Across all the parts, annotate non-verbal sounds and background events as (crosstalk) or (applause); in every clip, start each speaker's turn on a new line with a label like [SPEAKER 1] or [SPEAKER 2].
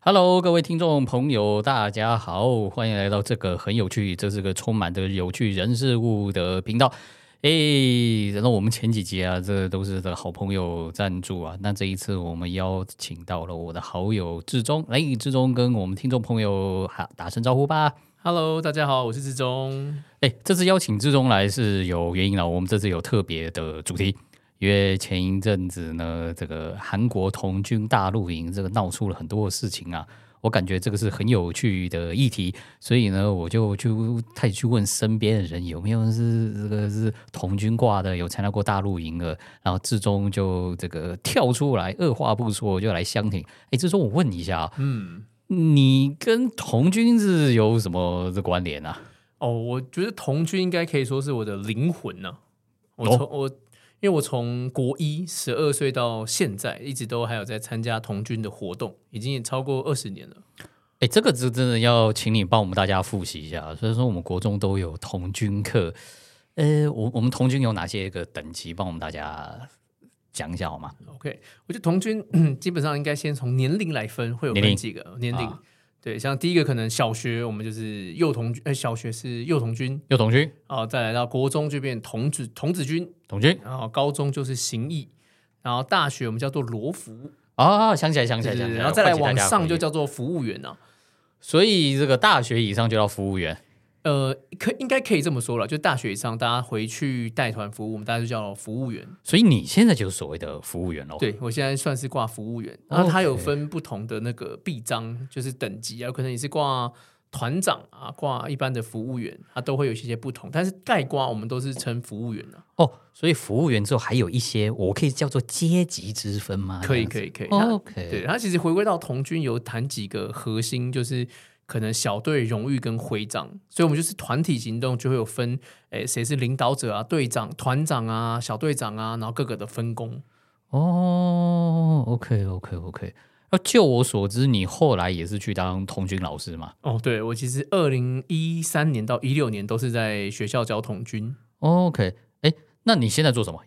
[SPEAKER 1] Hello，各位听众朋友，大家好，欢迎来到这个很有趣，这是个充满着有趣人事物的频道。诶，然后我们前几集啊，这都是的好朋友赞助啊。那这一次我们邀请到了我的好友志忠，来，志忠跟我们听众朋友哈打声招呼吧。
[SPEAKER 2] Hello，大家好，我是志忠。
[SPEAKER 1] 哎，这次邀请志忠来是有原因了，我们这次有特别的主题，因为前一阵子呢，这个韩国童军大露营这个闹出了很多的事情啊，我感觉这个是很有趣的议题，所以呢，我就去开始去问身边的人有没有人是这个是童军挂的，有参加过大露营的，然后志忠就这个跳出来，二话不说就来相挺。哎，志忠，我问你一下啊，
[SPEAKER 2] 嗯，
[SPEAKER 1] 你跟童军是有什么的关联啊？
[SPEAKER 2] 哦，我觉得童军应该可以说是我的灵魂呢、我
[SPEAKER 1] 哦
[SPEAKER 2] 从、我，因为我从国一十二岁到现在，一直都还有在参加童军的活动，已经也超过二十年了。
[SPEAKER 1] 哎，这个真真的要请你帮我们大家复习一下。所以说，我们国中都有童军课，呃，我我们童军有哪些个等级？帮我们大家讲一下好吗？
[SPEAKER 2] OK，我觉得童军 (clears throat) 基本上应该先从年龄来分，会有
[SPEAKER 1] 年龄
[SPEAKER 2] 分几个年龄
[SPEAKER 1] 啊。
[SPEAKER 2] 对，像第一个可能小学，我们就是幼童军，呃，小学是幼童军
[SPEAKER 1] 有童军，
[SPEAKER 2] 啊、再来到国中就变童子童子军，
[SPEAKER 1] 童军
[SPEAKER 2] 然后高中就是行役，然后大学我们叫做罗服，
[SPEAKER 1] 啊，想起来，想起
[SPEAKER 2] 对
[SPEAKER 1] 来，想起
[SPEAKER 2] 对对，
[SPEAKER 1] 来，
[SPEAKER 2] 然后再来
[SPEAKER 1] 唤起大
[SPEAKER 2] 往
[SPEAKER 1] 家
[SPEAKER 2] 上
[SPEAKER 1] 回忆
[SPEAKER 2] 就，叫做服务员啊。
[SPEAKER 1] 所以这个大学以上就到服务员。
[SPEAKER 2] 呃，可应该可以这么说了，就大学以上，大家回去带团服务，我们大家就叫服务员。
[SPEAKER 1] 所以你现在就是所谓的服务员喽。，
[SPEAKER 2] 对我现在算是挂服务员，然后
[SPEAKER 1] 哦 OK
[SPEAKER 2] 它有分不同的那个臂章，就是等级啊，有可能你是挂团长啊，挂一般的服务员，它都会有一些不同，但是概括我们都是称服务员啊。
[SPEAKER 1] 哦，所以服务员之后还有一些，我可以叫做阶级之分吗？
[SPEAKER 2] 可以，
[SPEAKER 1] 以
[SPEAKER 2] 可以，可以。它
[SPEAKER 1] 哦，OK，
[SPEAKER 2] 对，它其实回归到童军有谈几个核心，就是可能小队荣誉跟徽章，所以我们就是团体行动就会有分，诶，谁是领导者啊，队长、团长啊，小队长啊，然后各个的分工。
[SPEAKER 1] 哦，OK OK OK。那就我所知，你后来也是去当童军老师嘛？
[SPEAKER 2] 哦，对我其实二零一三年到一六年都是在学校教童军。
[SPEAKER 1] OK，哎，那你现在做什么？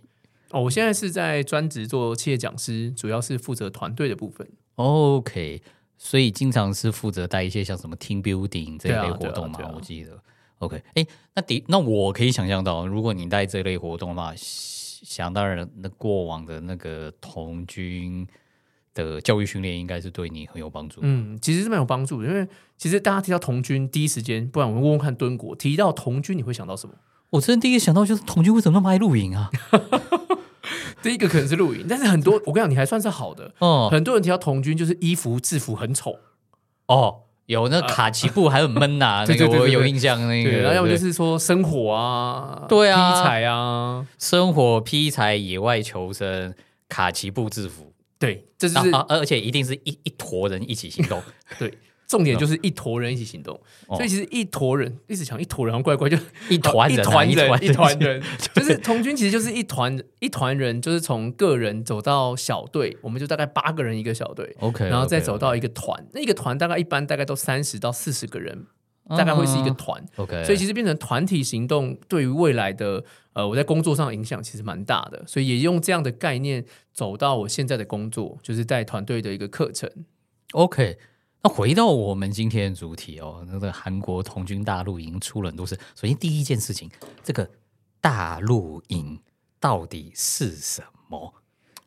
[SPEAKER 2] 哦，我现在是在专职做企业讲师，主要是负责团队的部分。哦
[SPEAKER 1] OK，所以经常是负责带一些像什么 team building 这一
[SPEAKER 2] 对啊
[SPEAKER 1] 类
[SPEAKER 2] 对
[SPEAKER 1] 活
[SPEAKER 2] 啊
[SPEAKER 1] 动嘛，
[SPEAKER 2] 对啊
[SPEAKER 1] 我记得。OK，哎，那的那我可以想象到，如果你带这类活动的话，想当然了，那过往的那个童军的教育训练应该是对你很有帮助。
[SPEAKER 2] 嗯，其实是蛮有帮助的，因为其实大家提到童军，第一时间，不然我们问问看敦国，提到童军你会想到什么？
[SPEAKER 1] 我真的第一个想到就是童军为什么那么爱露营
[SPEAKER 2] (laughs)
[SPEAKER 1] 啊？
[SPEAKER 2] 第一个可能是露营，但是很多我跟你讲，你还算是好的，
[SPEAKER 1] 哦
[SPEAKER 2] 很多人提到童军，就是衣服制服很丑，
[SPEAKER 1] 哦，有那卡其布还很闷
[SPEAKER 2] (laughs)
[SPEAKER 1] 呐、那
[SPEAKER 2] 啊对
[SPEAKER 1] 个
[SPEAKER 2] 对对
[SPEAKER 1] 我
[SPEAKER 2] 对
[SPEAKER 1] 有
[SPEAKER 2] 对
[SPEAKER 1] 印象那个。
[SPEAKER 2] 对，然后要么
[SPEAKER 1] 嗯对
[SPEAKER 2] 就是说生火啊，
[SPEAKER 1] 对啊
[SPEAKER 2] 劈柴啊，
[SPEAKER 1] 生活、劈柴、野外求生、卡其布制服，
[SPEAKER 2] 对，这就
[SPEAKER 1] 然
[SPEAKER 2] 是、
[SPEAKER 1] 后啊，而且一定是一一坨人一起行
[SPEAKER 2] (laughs)
[SPEAKER 1] 动。
[SPEAKER 2] 对。重点就是一坨人一起行动，
[SPEAKER 1] 哦
[SPEAKER 2] 所以其实一坨人一直讲一坨人，好像怪怪就
[SPEAKER 1] 一团人啊
[SPEAKER 2] 一团
[SPEAKER 1] 一团
[SPEAKER 2] 人，
[SPEAKER 1] 人
[SPEAKER 2] 一
[SPEAKER 1] (laughs)
[SPEAKER 2] 团人，就是童军其实就是一团一团人，就是从个人走到小队，我们就大概八个人一个小队，
[SPEAKER 1] OK，
[SPEAKER 2] 然后再走到一个团，那一个团大概一般大概都三十到四十个人，
[SPEAKER 1] 嗯
[SPEAKER 2] 大概会是一个团，
[SPEAKER 1] OK，
[SPEAKER 2] 所以其实变成团体行动对于未来的呃我在工作上的影响其实蛮大的，所以也用这样的概念走到我现在的工作，就是带团队的一个课程。
[SPEAKER 1] OK。那回到我们今天的主题哦，那个韩国童军大陆营出了很多事。首先第一件事情，这个大陆营到底是什么？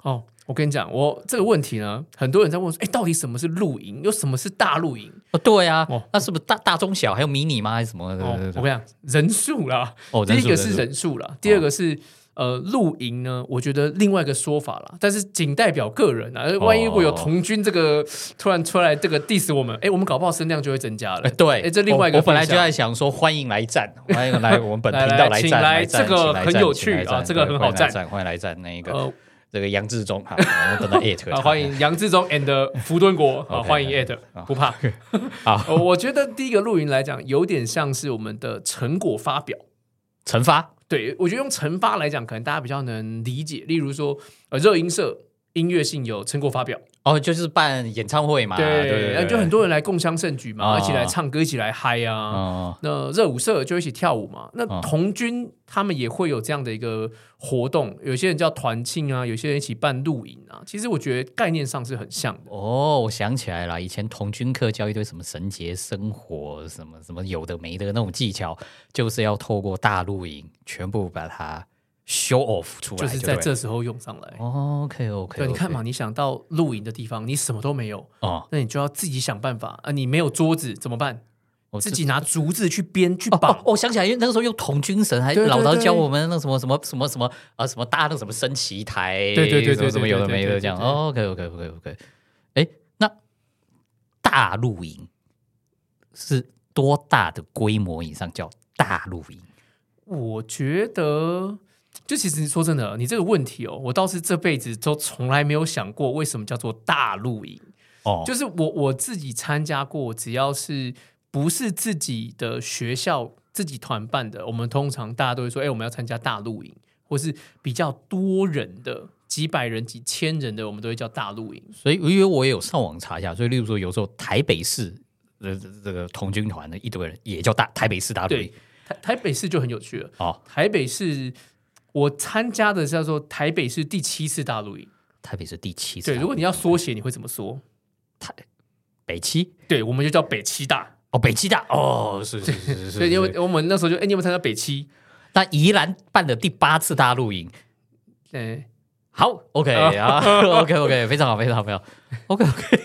[SPEAKER 2] 哦，我跟你讲，我这个问题呢，很多人在问我说，
[SPEAKER 1] 嗯
[SPEAKER 2] 哎，到底什么是露营，又什么是大露营？
[SPEAKER 1] 哦，对啊，
[SPEAKER 2] 哦
[SPEAKER 1] 那是不是大大中小还有迷你吗？还是什么？
[SPEAKER 2] 哦，
[SPEAKER 1] 对对
[SPEAKER 2] 我
[SPEAKER 1] 对
[SPEAKER 2] 跟你讲，人数啦，
[SPEAKER 1] 哦
[SPEAKER 2] 第一个
[SPEAKER 1] 人数哦
[SPEAKER 2] 是
[SPEAKER 1] 人数
[SPEAKER 2] 人数啦，第二个是。呃，露营呢，我觉得另外一个说法啦，但是仅代表个人啊。
[SPEAKER 1] 哦
[SPEAKER 2] 万一如果有童军这个突然出来这个 diss 我们，哎，我们搞不好声量就会增加了
[SPEAKER 1] 哎，。对，
[SPEAKER 2] 哎这另外一个
[SPEAKER 1] 我我本来就
[SPEAKER 2] 分享
[SPEAKER 1] 在想说，欢迎来战， (laughs) 欢迎来我们本频道
[SPEAKER 2] 来来
[SPEAKER 1] 战，
[SPEAKER 2] 请来
[SPEAKER 1] 来战
[SPEAKER 2] 这个
[SPEAKER 1] 请来
[SPEAKER 2] 很
[SPEAKER 1] 战
[SPEAKER 2] 有
[SPEAKER 1] 请
[SPEAKER 2] 趣
[SPEAKER 1] 来
[SPEAKER 2] 啊
[SPEAKER 1] 战
[SPEAKER 2] 这个
[SPEAKER 1] 对欢
[SPEAKER 2] 很好
[SPEAKER 1] 迎来
[SPEAKER 2] 战
[SPEAKER 1] 欢迎来战那一个
[SPEAKER 2] 呃，
[SPEAKER 1] 这个杨志忠，好，我们等
[SPEAKER 2] (laughs)
[SPEAKER 1] 到艾特
[SPEAKER 2] 啊，欢迎杨志忠 and 福
[SPEAKER 1] (laughs)
[SPEAKER 2] 敦国，啊，
[SPEAKER 1] OK，
[SPEAKER 2] 欢迎 at，不怕。 (laughs)
[SPEAKER 1] 啊，
[SPEAKER 2] 呃我觉得第一个露营来讲，有点像是我们的成果发表。
[SPEAKER 1] 惩罚
[SPEAKER 2] 对我觉得用惩罚来讲，可能大家比较能理解。例如说，呃，热音社音乐性有成果发表，
[SPEAKER 1] 哦，就是办演唱会嘛，啊对对
[SPEAKER 2] 那
[SPEAKER 1] 对，
[SPEAKER 2] 就很多人来共襄盛举嘛，
[SPEAKER 1] 啊
[SPEAKER 2] 一起来唱歌，一起来嗨啊。
[SPEAKER 1] 哦
[SPEAKER 2] 那热舞社就一起跳舞嘛。那
[SPEAKER 1] 嗯
[SPEAKER 2] 童军他们也会有这样的一个活动，有些人叫团庆啊，有些人一起办露营啊。其实我觉得概念上是很像的。
[SPEAKER 1] 哦，我想起来了，以前童军课教一堆什么绳结生活，什么什么有的没的那种技巧，就是要透过大露营全部把它 show off 出来，
[SPEAKER 2] 就是在这时候用上来。
[SPEAKER 1] OK 哦 OK，
[SPEAKER 2] 对，你看嘛，你想到露营的地方，你什么都没有，
[SPEAKER 1] 哦，
[SPEAKER 2] 那你就要自己想办法啊！你没有桌子怎么办？
[SPEAKER 1] 我
[SPEAKER 2] 自
[SPEAKER 1] 知
[SPEAKER 2] 己拿竹子去编去
[SPEAKER 1] 哦哦
[SPEAKER 2] 绑，，
[SPEAKER 1] 我想起来，因为那个时候用童军绳，还
[SPEAKER 2] 对对
[SPEAKER 1] 老早
[SPEAKER 2] 对
[SPEAKER 1] 教我们那什么什么什么什么啊，什么搭那个什么升旗台，
[SPEAKER 2] 对对对对
[SPEAKER 1] 什么什么
[SPEAKER 2] 对对
[SPEAKER 1] 有的
[SPEAKER 2] 对
[SPEAKER 1] 没
[SPEAKER 2] 对
[SPEAKER 1] 的
[SPEAKER 2] 对
[SPEAKER 1] 这样。
[SPEAKER 2] 对
[SPEAKER 1] 哦 OK OK OK OK，哎，那大露营是多大的规模以上叫大露营？
[SPEAKER 2] (laughs) 我觉得，就其实说真的，你这个问题哦，我倒是这辈子都从来没有想过为什么叫做大露营。
[SPEAKER 1] 哦，
[SPEAKER 2] 就是我我自己参加过，只要是不是自己的学校自己团办的，我们通常大家都会说，哎、我们要参加大露营，或是比较多人的。几百人、几千人的，我们都会叫大露营。
[SPEAKER 1] 所以因为我也有上网查一下，所以例如说有时候台北市的这这个童军团的一堆人也叫大台北市大露营
[SPEAKER 2] 对。，台台北市就很有趣了。
[SPEAKER 1] 哦，
[SPEAKER 2] 台北市我参加的叫做台北市第七次大露营。
[SPEAKER 1] 台北市第七次
[SPEAKER 2] 对，
[SPEAKER 1] 大
[SPEAKER 2] 如
[SPEAKER 1] 露营，
[SPEAKER 2] 果你要缩写，你会怎么说？
[SPEAKER 1] 北七
[SPEAKER 2] 对，我们就叫北七大。
[SPEAKER 1] 哦，北七大哦，是是是是是，
[SPEAKER 2] 所以因为我们那时候就，哎、你有没有参加北七？
[SPEAKER 1] 那宜兰办的第八次大露营，
[SPEAKER 2] 哎、
[SPEAKER 1] 好，OK
[SPEAKER 2] 哦
[SPEAKER 1] 啊，OK (laughs) OK，非常好，非常好，非常好，OK OK，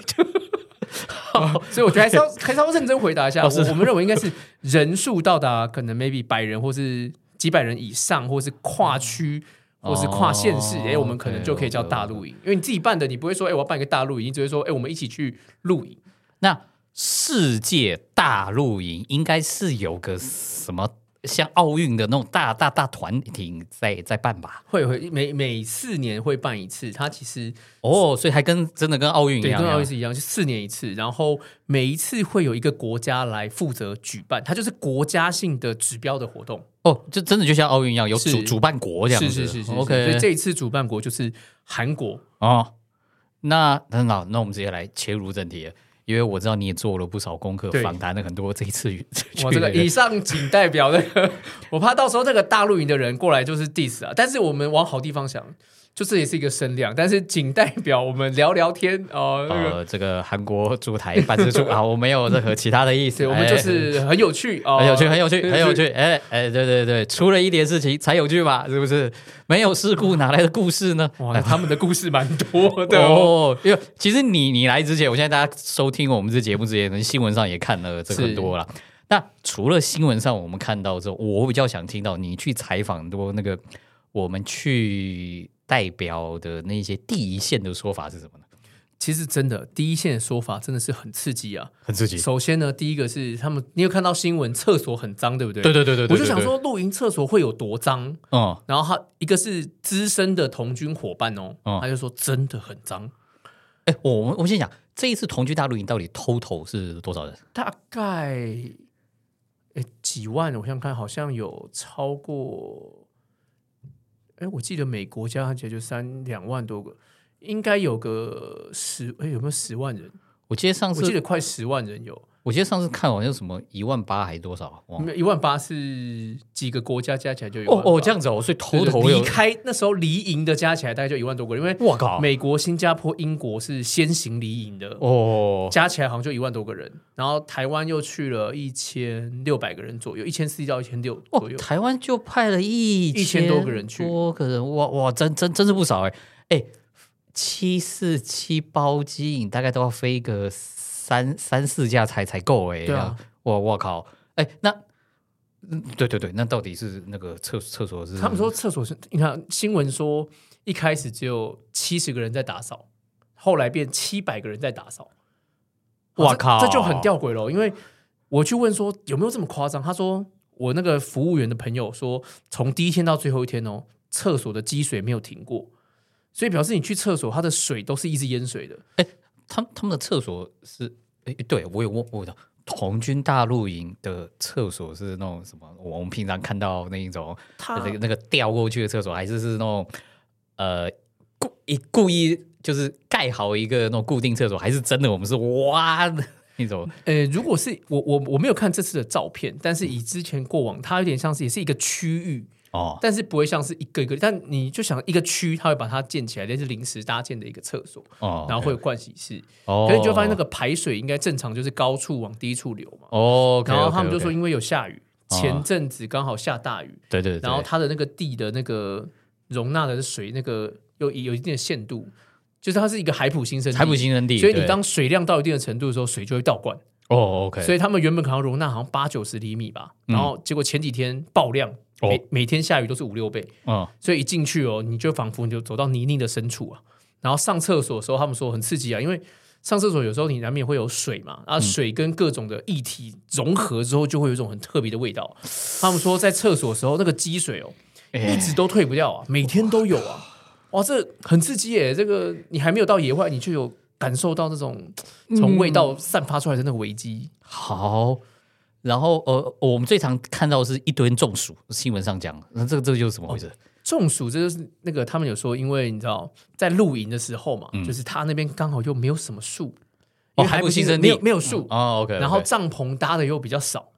[SPEAKER 2] 所以我觉得还是要 (laughs) 还是要认真回答一下。
[SPEAKER 1] 哦是
[SPEAKER 2] 我我们认为应该是人数到达可能 maybe 百人或是几百人以上，或是跨区。
[SPEAKER 1] 哦
[SPEAKER 2] 或是跨县市，
[SPEAKER 1] 哦
[SPEAKER 2] 哎、我们可能就可以叫大露营，因为你自己办的，你不会说，哎、我要办一个大露营，你只会说，哎、我们一起去露营。
[SPEAKER 1] (laughs) 那世界大露营应该是有个什么像奥运的那种大大大团体在在办吧？
[SPEAKER 2] 会会每每四年会办一次，它其实
[SPEAKER 1] 哦，所以还跟真的跟奥运一
[SPEAKER 2] 对
[SPEAKER 1] 样
[SPEAKER 2] 跟奥运
[SPEAKER 1] 啊，
[SPEAKER 2] 是一样，就四年一次，然后每一次会有一个国家来负责举办，它就是国家性的指标的活动。
[SPEAKER 1] 哦，就真的就像奥运一样，有主
[SPEAKER 2] 是
[SPEAKER 1] 主办国这样子
[SPEAKER 2] 是是是是是所以
[SPEAKER 1] ，OK
[SPEAKER 2] 这一次主办国就是韩国，
[SPEAKER 1] 哦。那很好，那我们直接来切入正题了，因为我知道你也做了不少功课，
[SPEAKER 2] 对
[SPEAKER 1] 访谈了很多这一次与
[SPEAKER 2] (laughs) 我这个以上仅代表那个， (laughs) 我怕到时候那个大陆营的人过来就是 diss 啊。但是我们往好地方想，就这也是一个声量，但是仅代表我们聊聊天哦、那个。
[SPEAKER 1] 呃，这个韩国驻台办事
[SPEAKER 2] (laughs)
[SPEAKER 1] 处啊，我没有任何其他的意思，
[SPEAKER 2] 对，我们就
[SPEAKER 1] 哎
[SPEAKER 2] 是很有趣哦，
[SPEAKER 1] 很有趣，很有趣，
[SPEAKER 2] 对
[SPEAKER 1] 很有。趣，哎哎，对对对，出了一点事情才有趣嘛，是不是？没有事故哪来的故事
[SPEAKER 2] (laughs)
[SPEAKER 1] 呢？
[SPEAKER 2] (laughs) 哇，他们的故事蛮多的
[SPEAKER 1] (laughs)
[SPEAKER 2] 哦。
[SPEAKER 1] 哦，因为其实你你来之前，我现在大家收听我们这节目之前，新闻上也看了这个很多了。那除了新闻上我们看到之后，我比较想听到你去采访很多那个我们去代表的那些第一线的说法是什么呢？
[SPEAKER 2] 其实真的，第一线的说法真的是很刺激啊。
[SPEAKER 1] 很刺激
[SPEAKER 2] 首先呢，第一个是他们，你有看到新闻，厕所很脏，对不对？
[SPEAKER 1] 对对对对对，
[SPEAKER 2] 我就
[SPEAKER 1] 对
[SPEAKER 2] 想，说，露营厕所会有多脏？
[SPEAKER 1] 对嗯，
[SPEAKER 2] 然后他一个是资深的童军伙伴哦，
[SPEAKER 1] 嗯
[SPEAKER 2] 他就说真的很脏，
[SPEAKER 1] 哎、我我们我们先讲这一次同居大陆营到底 total 是多少人？
[SPEAKER 2] 大概诶几万，我想想看，好像有超过，哎，我记得每国加起来就三两万多个，应该有个十，哎，有没有十万人？
[SPEAKER 1] 我记得上
[SPEAKER 2] 我
[SPEAKER 1] 次
[SPEAKER 2] 记
[SPEAKER 1] 我
[SPEAKER 2] 得快十万人有，
[SPEAKER 1] 记得上次看好像什么一万八还多少？啊忘了
[SPEAKER 2] 一万八是几个国家加起来就有
[SPEAKER 1] 哦哦，这
[SPEAKER 2] 样
[SPEAKER 1] 样子哦，所以
[SPEAKER 2] 对
[SPEAKER 1] total
[SPEAKER 2] 对离
[SPEAKER 1] 有
[SPEAKER 2] 开那时候离营的加起来大概就一万多个，因为
[SPEAKER 1] 我靠
[SPEAKER 2] 美国、新加坡、英国是先行离营的，
[SPEAKER 1] 哦
[SPEAKER 2] 加起来好像就一万多个人，然后台湾又去了一千六百个人左右，一千四到一千六左
[SPEAKER 1] 哦，
[SPEAKER 2] 右。
[SPEAKER 1] 台湾就派了一
[SPEAKER 2] 1000多个人去
[SPEAKER 1] 多个人哇哇，真真真是不少哎哎，七四七包机，你大概都要飞个三三四架才才够哎，
[SPEAKER 2] 对啊，
[SPEAKER 1] 我我靠，哎那。嗯对对对，那到底是那个厕厕所是
[SPEAKER 2] 他们说厕所是，你看新闻说一开始只有七十个人在打扫，后来变七百个人在打扫。
[SPEAKER 1] 哇
[SPEAKER 2] 这
[SPEAKER 1] 靠
[SPEAKER 2] 这就很吊诡了。因为我去问说有没有这么夸张，他说我那个服务员的朋友说，从第一天到最后一天哦，厕所的积水没有停过，所以表示你去厕所，它的水都是一直淹水的。
[SPEAKER 1] 他们他们的厕所是，哎、对我有问我的童军大露营的厕所是那种什么？我们平常看到那一种
[SPEAKER 2] 它
[SPEAKER 1] 那个那个掉过去的厕所，还是是那种呃故意故意就是盖好一个那种固定厕所，还是真的我们是哇那种
[SPEAKER 2] 呃，如果是我我我没有看这次的照片，但是以之前过往，它有点像是也是一个区域，
[SPEAKER 1] 哦，
[SPEAKER 2] 但是不会像是一个一个，但你就想一个区，它会把它建起来，类似临时搭建的一个厕所，
[SPEAKER 1] 哦
[SPEAKER 2] 然后会有盥洗室，
[SPEAKER 1] 哦，
[SPEAKER 2] 可是你就发现那个排水应该正常就是高处往低处流嘛，
[SPEAKER 1] 哦，
[SPEAKER 2] 然后他们就说因为有下雨，
[SPEAKER 1] 哦
[SPEAKER 2] 前阵子刚好下大雨，
[SPEAKER 1] 对对，对
[SPEAKER 2] 然后它的那个地的那个容纳的水那个有有一定的限度，就是它是一个海普新生地
[SPEAKER 1] 海普新生地，
[SPEAKER 2] 所以你
[SPEAKER 1] 对
[SPEAKER 2] 当水量到一定的程度的时候，水就会倒灌。
[SPEAKER 1] 哦 OK，
[SPEAKER 2] 所以他们原本可能容纳好像八九十厘米吧，然后结果前几天爆量，
[SPEAKER 1] 哦
[SPEAKER 2] 每每天下雨都是五六倍，
[SPEAKER 1] 嗯
[SPEAKER 2] 所以一进去哦，你就仿佛你就走到泥泞的深处啊。然后上厕所的时候，他们说很刺激啊，因为上厕所有时候你难免会有水嘛，啊，水跟各种的液体融合之后，就会有一种很特别的味道。他们说在厕所的时候，那个积水哦，一直都退不掉啊，每天都有啊，哇，这很刺激耶！这个你还没有到野外，你就有感受到那种从味道散发出来的那个危机。
[SPEAKER 1] 好。然后呃，我们最常看到的是一堆人中暑，新闻上讲，那这个这个又是怎么回事？
[SPEAKER 2] 中暑，这就是那个他们有说，因为你知道在露营的时候嘛，就是他那边刚好又没有什么树，
[SPEAKER 1] 嗯哦
[SPEAKER 2] 因为
[SPEAKER 1] 还不
[SPEAKER 2] 不
[SPEAKER 1] 新生
[SPEAKER 2] 没有
[SPEAKER 1] 地
[SPEAKER 2] 没有树，
[SPEAKER 1] 哦 OK，
[SPEAKER 2] 然后帐篷搭的又比较少，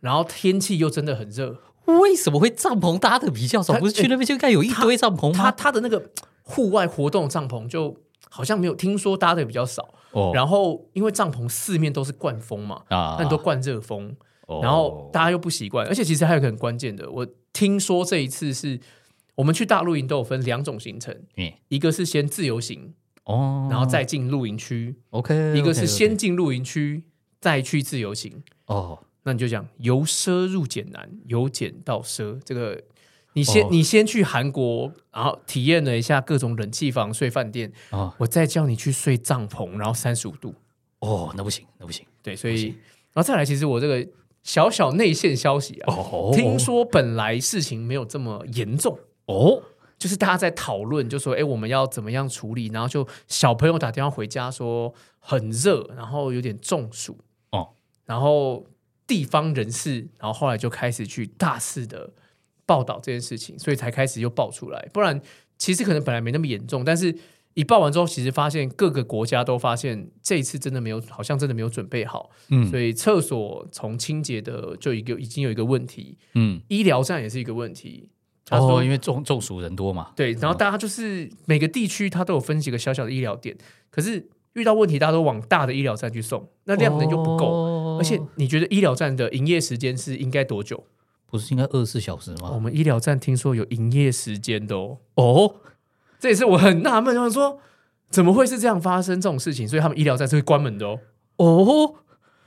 [SPEAKER 2] 然后天气又真的很热，
[SPEAKER 1] 为什么会帐篷搭的比较少？
[SPEAKER 2] 他
[SPEAKER 1] 不是去那边就应该有一堆帐篷
[SPEAKER 2] 他
[SPEAKER 1] 吗？
[SPEAKER 2] 他的那个户外活动帐篷就好像没有听说搭的比较少，
[SPEAKER 1] 哦
[SPEAKER 2] 然后因为帐篷四面都是灌风嘛，
[SPEAKER 1] 啊
[SPEAKER 2] 那你都灌热风，
[SPEAKER 1] 哦
[SPEAKER 2] 然后大家又不习惯，而且其实还有一个很关键的，我听说这一次是我们去大露营都有分两种行程，
[SPEAKER 1] 嗯
[SPEAKER 2] 一个是先自由行。
[SPEAKER 1] 哦，嗯
[SPEAKER 2] 然后再进露营区，
[SPEAKER 1] OK，
[SPEAKER 2] 一个是先进露营区，再去自由行。
[SPEAKER 1] 哦，
[SPEAKER 2] 那你就讲由奢入俭难，由俭到奢。这个你先、
[SPEAKER 1] 哦
[SPEAKER 2] 你先去韩国，然后体验了一下各种冷气房、睡饭店，
[SPEAKER 1] 哦
[SPEAKER 2] 我再叫你去睡帐篷，然后三十五度。
[SPEAKER 1] 哦，那不行，那不行
[SPEAKER 2] 对，所
[SPEAKER 1] 哦
[SPEAKER 2] 以然后再来，其实我这个小小内线消息啊，
[SPEAKER 1] 哦
[SPEAKER 2] 听说本来事情没有这么严重。
[SPEAKER 1] 哦
[SPEAKER 2] 就是大家在讨论，就说哎、诶我们要怎么样处理？然后就小朋友打电话回家说很热，然后有点中暑
[SPEAKER 1] 哦，
[SPEAKER 2] 然后地方人士，然后后来就开始去大肆的报道这件事情，所以才开始又爆出来。不然其实可能本来没那么严重，但是一报完之后，其实发现各个国家都发现这一次真的没有，好像真的没有准备好，
[SPEAKER 1] 嗯
[SPEAKER 2] 所以厕所从清洁的就一个已经有一个问题，
[SPEAKER 1] 嗯
[SPEAKER 2] 医疗站也是一个问题。他说
[SPEAKER 1] 哦，因为中中暑人多嘛，
[SPEAKER 2] 对，然后大家就是每个地区它都有分几个小小的医疗点，可是遇到问题大家都往大的医疗站去送，那量能就不够。
[SPEAKER 1] 哦
[SPEAKER 2] 而且你觉得医疗站的营业时间是应该多久？
[SPEAKER 1] 不是应该二十四小时吗
[SPEAKER 2] 我？们医疗站听说有营业时间的哦，
[SPEAKER 1] 哦
[SPEAKER 2] 这也是我很纳闷，我想说怎么会是这样发生这种事情？所以他们医疗站是会关门的哦。
[SPEAKER 1] 哦。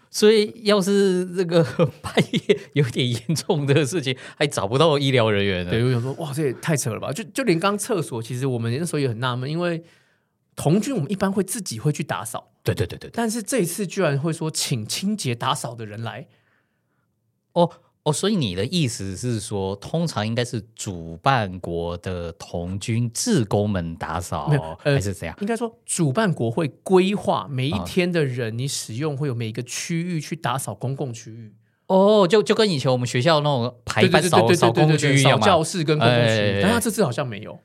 [SPEAKER 1] 所以，要是这个半夜有点严重的事情，还找不到医疗人员
[SPEAKER 2] 对，
[SPEAKER 1] 呢。
[SPEAKER 2] 我想说哇，这也太扯了吧！就就连刚厕所，其实我们那时候也很纳闷，因为童军我们一般会自己会去打扫，
[SPEAKER 1] 对对对对对。
[SPEAKER 2] 但是这一次居然会说请清洁打扫的人来。
[SPEAKER 1] 哦哦，所以你的意思是说，通常应该是主办国的童军志工们打扫
[SPEAKER 2] 没有，呃
[SPEAKER 1] 还是怎样？
[SPEAKER 2] 应该说，主办国会规划每一天的人，你使用会有每个区域去打扫公共区域，
[SPEAKER 1] 哦，就就跟以前我们学校那种排班扫扫公共区一
[SPEAKER 2] 扫
[SPEAKER 1] 样嘛。
[SPEAKER 2] 教室跟公共区
[SPEAKER 1] 哎哎哎
[SPEAKER 2] 域。但他这次好像没有，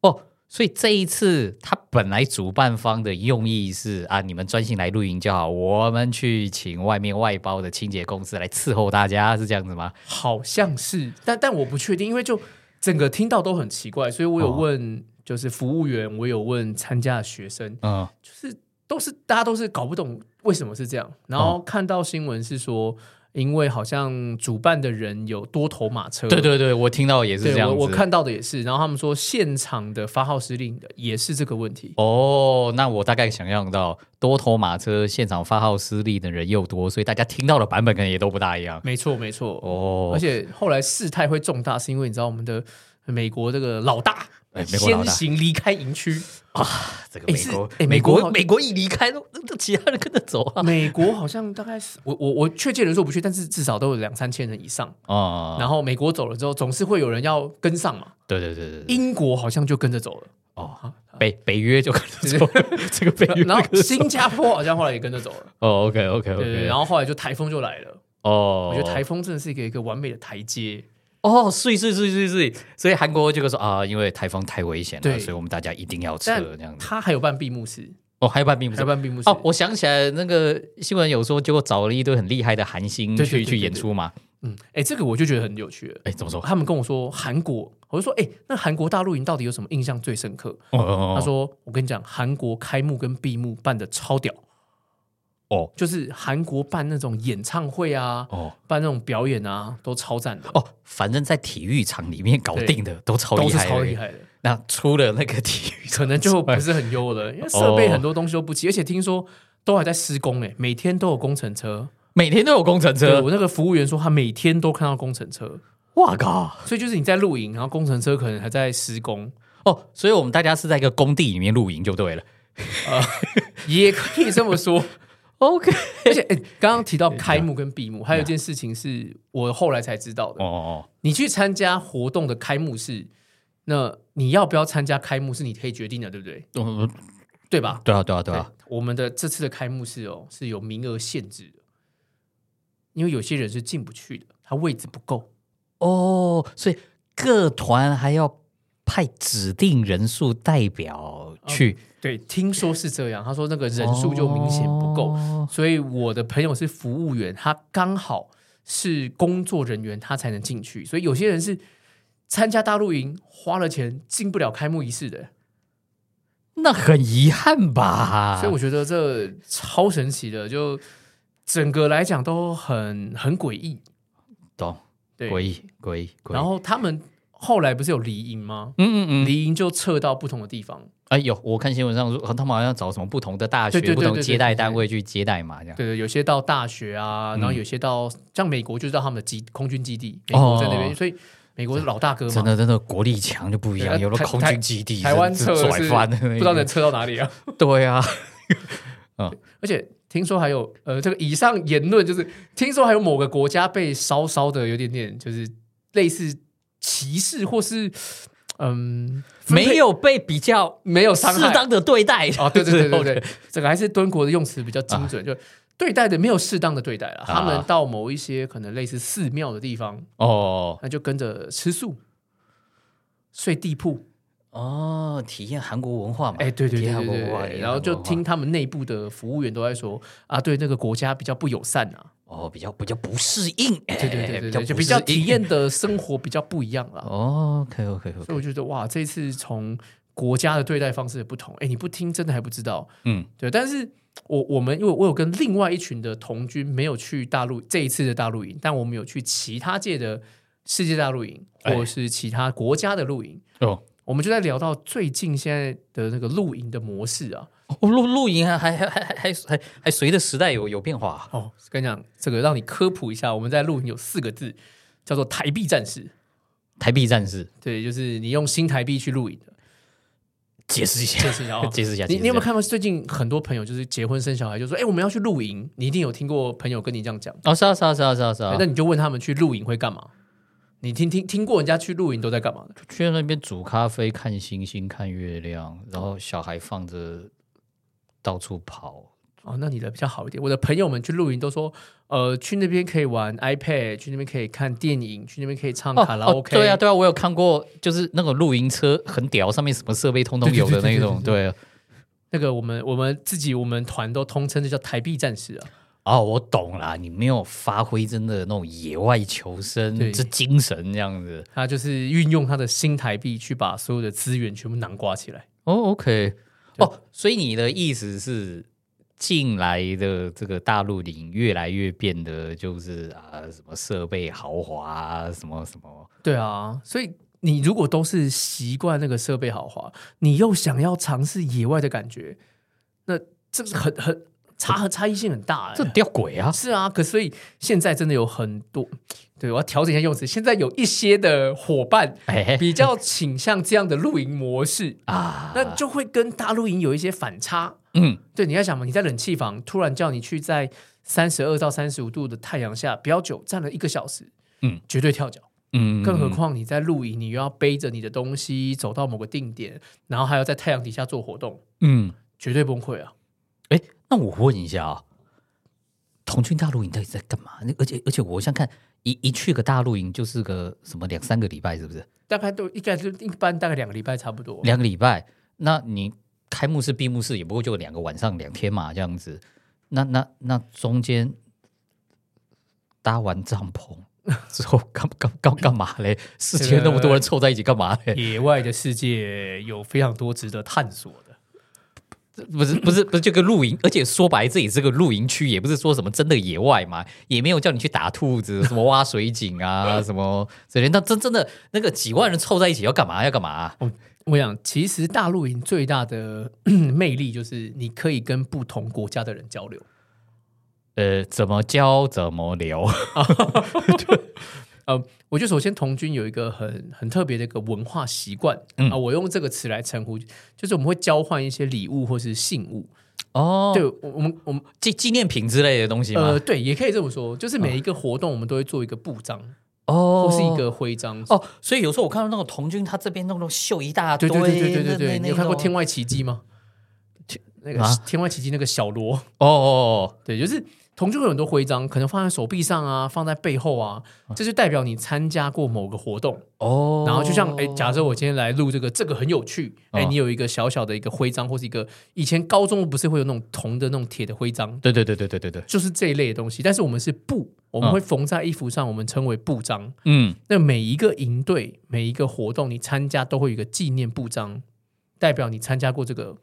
[SPEAKER 1] 哦，所以这一次他本来主办方的用意是啊，你们专心来露营就好，我们去请外面外包的清洁公司来伺候大家，是这样子吗？
[SPEAKER 2] 好像是，但但我不确定，因为就整个听到都很奇怪，所以我有
[SPEAKER 1] 哦
[SPEAKER 2] 问就是服务员，我有问参加的学生，
[SPEAKER 1] 嗯，
[SPEAKER 2] 就是都是大家都是搞不懂为什么是这样。然后看到新闻是说，因为好像主办的人有多头马车，
[SPEAKER 1] 对对对，我听到也是这
[SPEAKER 2] 对
[SPEAKER 1] 样
[SPEAKER 2] 我
[SPEAKER 1] 子。
[SPEAKER 2] 我看到的也是，然后他们说现场的发号施令的也是这个问题。
[SPEAKER 1] 哦，那我大概想象到多头马车现场发号施令的人又多，所以大家听到的版本可能也都不大一样。
[SPEAKER 2] 没错，没错。
[SPEAKER 1] 哦
[SPEAKER 2] 而，且后来事态会重大，是因为你知道我们的美国这个老大
[SPEAKER 1] 哎美国老
[SPEAKER 2] 先
[SPEAKER 1] 大
[SPEAKER 2] 行离开营区，
[SPEAKER 1] 这个
[SPEAKER 2] 哎
[SPEAKER 1] 美
[SPEAKER 2] 是
[SPEAKER 1] 国，美
[SPEAKER 2] 哎美国
[SPEAKER 1] 国，
[SPEAKER 2] 好
[SPEAKER 1] 美国一离开，那那其他人跟着走啊。
[SPEAKER 2] 美国好像大概是 (laughs) 我我我确切人数不去，但是至少都有两三千人以上。
[SPEAKER 1] 哦、
[SPEAKER 2] 然后美国走了之后，总是会有人要跟上嘛。
[SPEAKER 1] 对对对对对，
[SPEAKER 2] 英国好像就跟着
[SPEAKER 1] (laughs)
[SPEAKER 2] 走了，
[SPEAKER 1] 哦，北北约就跟着走，这个北 (laughs) 约
[SPEAKER 2] 然后
[SPEAKER 1] 跟着走
[SPEAKER 2] 新加坡好像后来也跟着
[SPEAKER 1] (laughs)
[SPEAKER 2] 走了。
[SPEAKER 1] 哦，OK OK
[SPEAKER 2] 对对，
[SPEAKER 1] OK，
[SPEAKER 2] 然后后来就台风就来了。
[SPEAKER 1] 哦，
[SPEAKER 2] 我觉得台风真的是一个一个完美的台阶。
[SPEAKER 1] 哦，是是是是是，所以韩国这个说啊，因为台风太危险了，
[SPEAKER 2] 对
[SPEAKER 1] 所以我们大家一定要撤
[SPEAKER 2] 但
[SPEAKER 1] 这样子。
[SPEAKER 2] 他还有办闭幕式，
[SPEAKER 1] 哦，还有半并不
[SPEAKER 2] 还有
[SPEAKER 1] 是
[SPEAKER 2] 办闭幕式
[SPEAKER 1] 哦，我想起来那个新闻有说，结果找了一堆很厉害的韩星
[SPEAKER 2] 对对
[SPEAKER 1] 去
[SPEAKER 2] 对对
[SPEAKER 1] 去演
[SPEAKER 2] 对
[SPEAKER 1] 出嘛。
[SPEAKER 2] 嗯，哎，这个我就觉得很有趣了。
[SPEAKER 1] 哎，怎么说？
[SPEAKER 2] 他们跟我说韩国，我就说，哎，那韩国大陆营到底有什么印象最深刻？
[SPEAKER 1] 哦哦哦
[SPEAKER 2] 他说：“我跟你讲，韩国开幕跟闭幕办的超屌，
[SPEAKER 1] 哦
[SPEAKER 2] 就是韩国办那种演唱会啊，
[SPEAKER 1] 哦
[SPEAKER 2] 办那种表演啊，都超赞的，
[SPEAKER 1] 哦，反正在体育场里面搞
[SPEAKER 2] 对
[SPEAKER 1] 定的都超
[SPEAKER 2] 都
[SPEAKER 1] 厉
[SPEAKER 2] 是
[SPEAKER 1] 害，
[SPEAKER 2] 超厉。害的。欸
[SPEAKER 1] 那出了那个体育
[SPEAKER 2] 可
[SPEAKER 1] 场，
[SPEAKER 2] 能就不是很优了，因为设备很多东西都不齐，而且听说都还在施工诶、欸每天都有工程车。
[SPEAKER 1] 每天都有工程
[SPEAKER 2] (laughs) 对
[SPEAKER 1] 车，
[SPEAKER 2] 我那个服务员说，他每天都看到工程车，
[SPEAKER 1] 哇靠！
[SPEAKER 2] 所以就是你在露营，然后工程车可能还在施工，
[SPEAKER 1] 哦，所以我们大家是在一个工地里面露营就对了。
[SPEAKER 2] (laughs) 也可以这
[SPEAKER 1] (laughs)
[SPEAKER 2] 么说。
[SPEAKER 1] OK，
[SPEAKER 2] 而且，哎、刚刚提到开幕跟闭幕，还有一件事情是我后来才知道的
[SPEAKER 1] 哦。哦
[SPEAKER 2] 你去参加活动的开幕式，那你要不要参加开幕是你可以决定的，对不对？
[SPEAKER 1] 哦嗯，
[SPEAKER 2] 对吧？
[SPEAKER 1] 对啊，对啊，对啊，
[SPEAKER 2] 我们的这次的开幕式哦是有名额限制的，因为有些人是进不去的，他位置不够。
[SPEAKER 1] 哦，所以各团还要派指定人数代表去，
[SPEAKER 2] 对，听说是这样。他说那个呃人数就明显不够，
[SPEAKER 1] 哦
[SPEAKER 2] 所以我的朋友是服务员，他刚好是工作人员，他才能进去。所以有些人是参加大露营花了钱进不了开幕仪式的。
[SPEAKER 1] 那很遗憾吧？
[SPEAKER 2] 所以我觉得这超神奇的，就整个来讲都很很诡异。
[SPEAKER 1] 懂，
[SPEAKER 2] 对，
[SPEAKER 1] 诡异，诡异，诡异。
[SPEAKER 2] 然，后他们后来不是有离营吗？
[SPEAKER 1] 嗯嗯嗯，
[SPEAKER 2] 离营就撤到不同的地方。
[SPEAKER 1] 哎，有，我看新闻上说，他们好像找什么不同的大
[SPEAKER 2] 对对
[SPEAKER 1] 学、
[SPEAKER 2] 对
[SPEAKER 1] 不
[SPEAKER 2] 对
[SPEAKER 1] 同
[SPEAKER 2] 对
[SPEAKER 1] 接待单
[SPEAKER 2] 对
[SPEAKER 1] 位去接待嘛，这样。
[SPEAKER 2] 对对，有些到大学啊，然后有些到像美国就是到他们的基空军基地，美国在那
[SPEAKER 1] 嗯
[SPEAKER 2] 边，
[SPEAKER 1] 哦
[SPEAKER 2] 所以美国是老大哥嘛。
[SPEAKER 1] 真的，真的，国力强就不一
[SPEAKER 2] 对
[SPEAKER 1] 样。有了
[SPEAKER 2] 台
[SPEAKER 1] 空
[SPEAKER 2] 台
[SPEAKER 1] 军基地，
[SPEAKER 2] 台湾
[SPEAKER 1] 真
[SPEAKER 2] 撤
[SPEAKER 1] 的
[SPEAKER 2] 是
[SPEAKER 1] 是拽翻，
[SPEAKER 2] 不知道能撤到哪里啊！
[SPEAKER 1] (laughs)
[SPEAKER 2] (laughs)
[SPEAKER 1] 对啊，
[SPEAKER 2] 而且听说还有呃，这个以上言论就是听说还有某个国家被稍稍的有点点就是类似歧视或是嗯分配
[SPEAKER 1] 没有被比较
[SPEAKER 2] 没有伤
[SPEAKER 1] 适
[SPEAKER 2] 害
[SPEAKER 1] 当的对待
[SPEAKER 2] 哦，对对对
[SPEAKER 1] (laughs)
[SPEAKER 2] 对对
[SPEAKER 1] OK
[SPEAKER 2] 对，这个还是敦国的用词比较精准，就对待的没有适当的对待
[SPEAKER 1] 啊
[SPEAKER 2] 了。他们到某一些可能类似寺庙的地方，
[SPEAKER 1] 哦
[SPEAKER 2] 那就跟着吃素、睡地铺，
[SPEAKER 1] 哦，体验韩国文化嘛，
[SPEAKER 2] 哎，对对
[SPEAKER 1] 体
[SPEAKER 2] 对
[SPEAKER 1] 验韩
[SPEAKER 2] 对
[SPEAKER 1] 国
[SPEAKER 2] 对
[SPEAKER 1] 文化，
[SPEAKER 2] 对
[SPEAKER 1] 体验
[SPEAKER 2] 然后
[SPEAKER 1] 韩
[SPEAKER 2] 就
[SPEAKER 1] 国文化
[SPEAKER 2] 听他们内部的服务员都在说啊，对那个国家比较不友善啊，
[SPEAKER 1] 哦，比较比较不适应，对
[SPEAKER 2] 对对对对对，就
[SPEAKER 1] 哎比
[SPEAKER 2] 比
[SPEAKER 1] 较
[SPEAKER 2] 较
[SPEAKER 1] 不适应
[SPEAKER 2] 体验的生活比较不一样啦。
[SPEAKER 1] 哦，OK OK
[SPEAKER 2] 所以
[SPEAKER 1] OK，
[SPEAKER 2] 我觉得哇，这次从国家的对待方式的不同，哎，你不听真的还不知道，
[SPEAKER 1] 嗯，
[SPEAKER 2] 对，但是我我们因为我有跟另外一群的同军没有去大陆这一次的大陆营，但我们有去其他届的世界大陆营，或
[SPEAKER 1] 哎
[SPEAKER 2] 者是其他国家的露营。
[SPEAKER 1] 哦，
[SPEAKER 2] 我们就在聊到最近现在的那个露营的模式啊，
[SPEAKER 1] 哦露露营还还还还还还还随着时代有有变化啊
[SPEAKER 2] 哦，跟你讲，这个让你科普一下，我们在露营有四个字叫做台币战士，
[SPEAKER 1] 台币战士，
[SPEAKER 2] 对，就是你用新台币去露营
[SPEAKER 1] (laughs)
[SPEAKER 2] 的，
[SPEAKER 1] 解释一下，
[SPEAKER 2] 这是然后
[SPEAKER 1] (laughs) 解释一下，解释一下
[SPEAKER 2] 哦你你有没有？看到最近很多朋友就是结婚生小孩就说，哎、我们要去露营，你一定有听过朋友跟你这样讲。
[SPEAKER 1] 哦，是啊是啊是啊是啊是啊
[SPEAKER 2] 对，那你就问他们去露营会干嘛？你听听听过人家去露营都在干嘛的？
[SPEAKER 1] 去那边煮咖啡、看星星、看月亮，然后小孩放着到处跑，
[SPEAKER 2] 哦，那你的比较好一点。我的朋友们去露营都说，呃，去那边可以玩 iPad，去那边可以看电影，去那边可以唱
[SPEAKER 1] 哦
[SPEAKER 2] 卡拉
[SPEAKER 1] 哦
[SPEAKER 2] OK。
[SPEAKER 1] 对啊，对啊，我有看过，就是那个露营车很屌，上面什么设备通通有的那种。对啊，
[SPEAKER 2] 那个我们我们自己我们团都通称这叫台币战士啊。
[SPEAKER 1] 哦，我懂啦，你没有发挥真的那种野外求生
[SPEAKER 2] 对
[SPEAKER 1] 这精神这样子。
[SPEAKER 2] 他就是运用他的新台币去把所有的资源全部囊括起来。
[SPEAKER 1] 哦，OK，哦，所以你的意思是？近来的这个大陆领越来越变得就是啊，什么设备豪华啊，什么什么
[SPEAKER 2] 对啊，所以你如果都是习惯那个设备豪华，你又想要尝试野外的感觉，那这个很很差和差异性很大、欸。
[SPEAKER 1] 这很吊诡啊！
[SPEAKER 2] 是啊，可所以现在真的有很多，对我要调整一下用词。现在有一些的伙伴
[SPEAKER 1] 哎
[SPEAKER 2] 比较倾向这样的露营模式，
[SPEAKER 1] 啊，
[SPEAKER 2] 那就会跟大露营有一些反差。
[SPEAKER 1] 嗯，
[SPEAKER 2] 对，你要想嘛，你在冷气房突然叫你去在三十二到三十五度的太阳下不要久站了一个小时，
[SPEAKER 1] 嗯，
[SPEAKER 2] 绝对跳脚。
[SPEAKER 1] 嗯，
[SPEAKER 2] 更何况你在露营，你又要背着你的东西走到某个定点，然后还要在太阳底下做活动，
[SPEAKER 1] 嗯，
[SPEAKER 2] 绝对崩溃啊！
[SPEAKER 1] 哎，那我问一下啊，童军大陆营到底在干嘛？那而且而且我想看一一去个大陆营就是个什么两三个礼拜，是不是？
[SPEAKER 2] 大概都应该就一般大概两个礼拜差不多。
[SPEAKER 1] 两个礼拜，那你开幕式、闭幕式也不过就两个晚上、两天嘛，这样子。那那那中间搭完帐篷之后干干干干嘛嘞？世界那么多人凑在一起干嘛嘞？ (laughs)
[SPEAKER 2] 野外的世界有非常多值得探索的。
[SPEAKER 1] 不是不是不是这个露营，而且说白这也是个露营区，也不是说什么真的野外嘛，也没有叫你去打兔子、什么挖水井啊、什么这些。那真真的那个几万人凑在一起要干嘛？要干嘛、啊
[SPEAKER 2] 我想，其实大露营最大的 (clears throat) 魅力就是你可以跟不同国家的人交流。
[SPEAKER 1] 呃，怎么教怎么流，
[SPEAKER 2] 呃，我觉得首先童军有一个很很特别的一个文化习惯啊、
[SPEAKER 1] 嗯
[SPEAKER 2] 我用这个词来称呼，就是我们会交换一些礼物或是信物。
[SPEAKER 1] (laughs) 哦
[SPEAKER 2] 对，我我们我们
[SPEAKER 1] 纪纪念品之类的东西吗？嗯
[SPEAKER 2] 呃，对，也可以这么说，就是每一个活动我们都会做一个布章、
[SPEAKER 1] 哦，
[SPEAKER 2] 或是一个徽章。
[SPEAKER 1] 哦，所以有时候我看到那种童军，他这边弄弄绣一大
[SPEAKER 2] 对
[SPEAKER 1] 堆，
[SPEAKER 2] 对对对对对
[SPEAKER 1] 那
[SPEAKER 2] 对，
[SPEAKER 1] 那
[SPEAKER 2] 你有看过《
[SPEAKER 1] 那种
[SPEAKER 2] 天外奇迹》吗？那个
[SPEAKER 1] 啊
[SPEAKER 2] 《天外奇迹》那个小罗，
[SPEAKER 1] 哦哦
[SPEAKER 2] 对，就是同就会有很多徽章，可能放在手臂上啊，放在背后啊，这就代表你参加过某个活动。
[SPEAKER 1] 哦哦，
[SPEAKER 2] 然后就像哎，假设我今天来录这个，这个很有趣，哎，
[SPEAKER 1] 哦
[SPEAKER 2] 你有一个小小的一个徽章，或是一个以前高中不是会有那种铜的那种铁的徽章，
[SPEAKER 1] 对对对对对对对，
[SPEAKER 2] 就是这一类的东西。但是我们是布，我们会缝在衣服上，我们称为布章。
[SPEAKER 1] 嗯，
[SPEAKER 2] 那每一个营队、每一个活动，你参加都会有一个纪念布章，代表你参加过这个。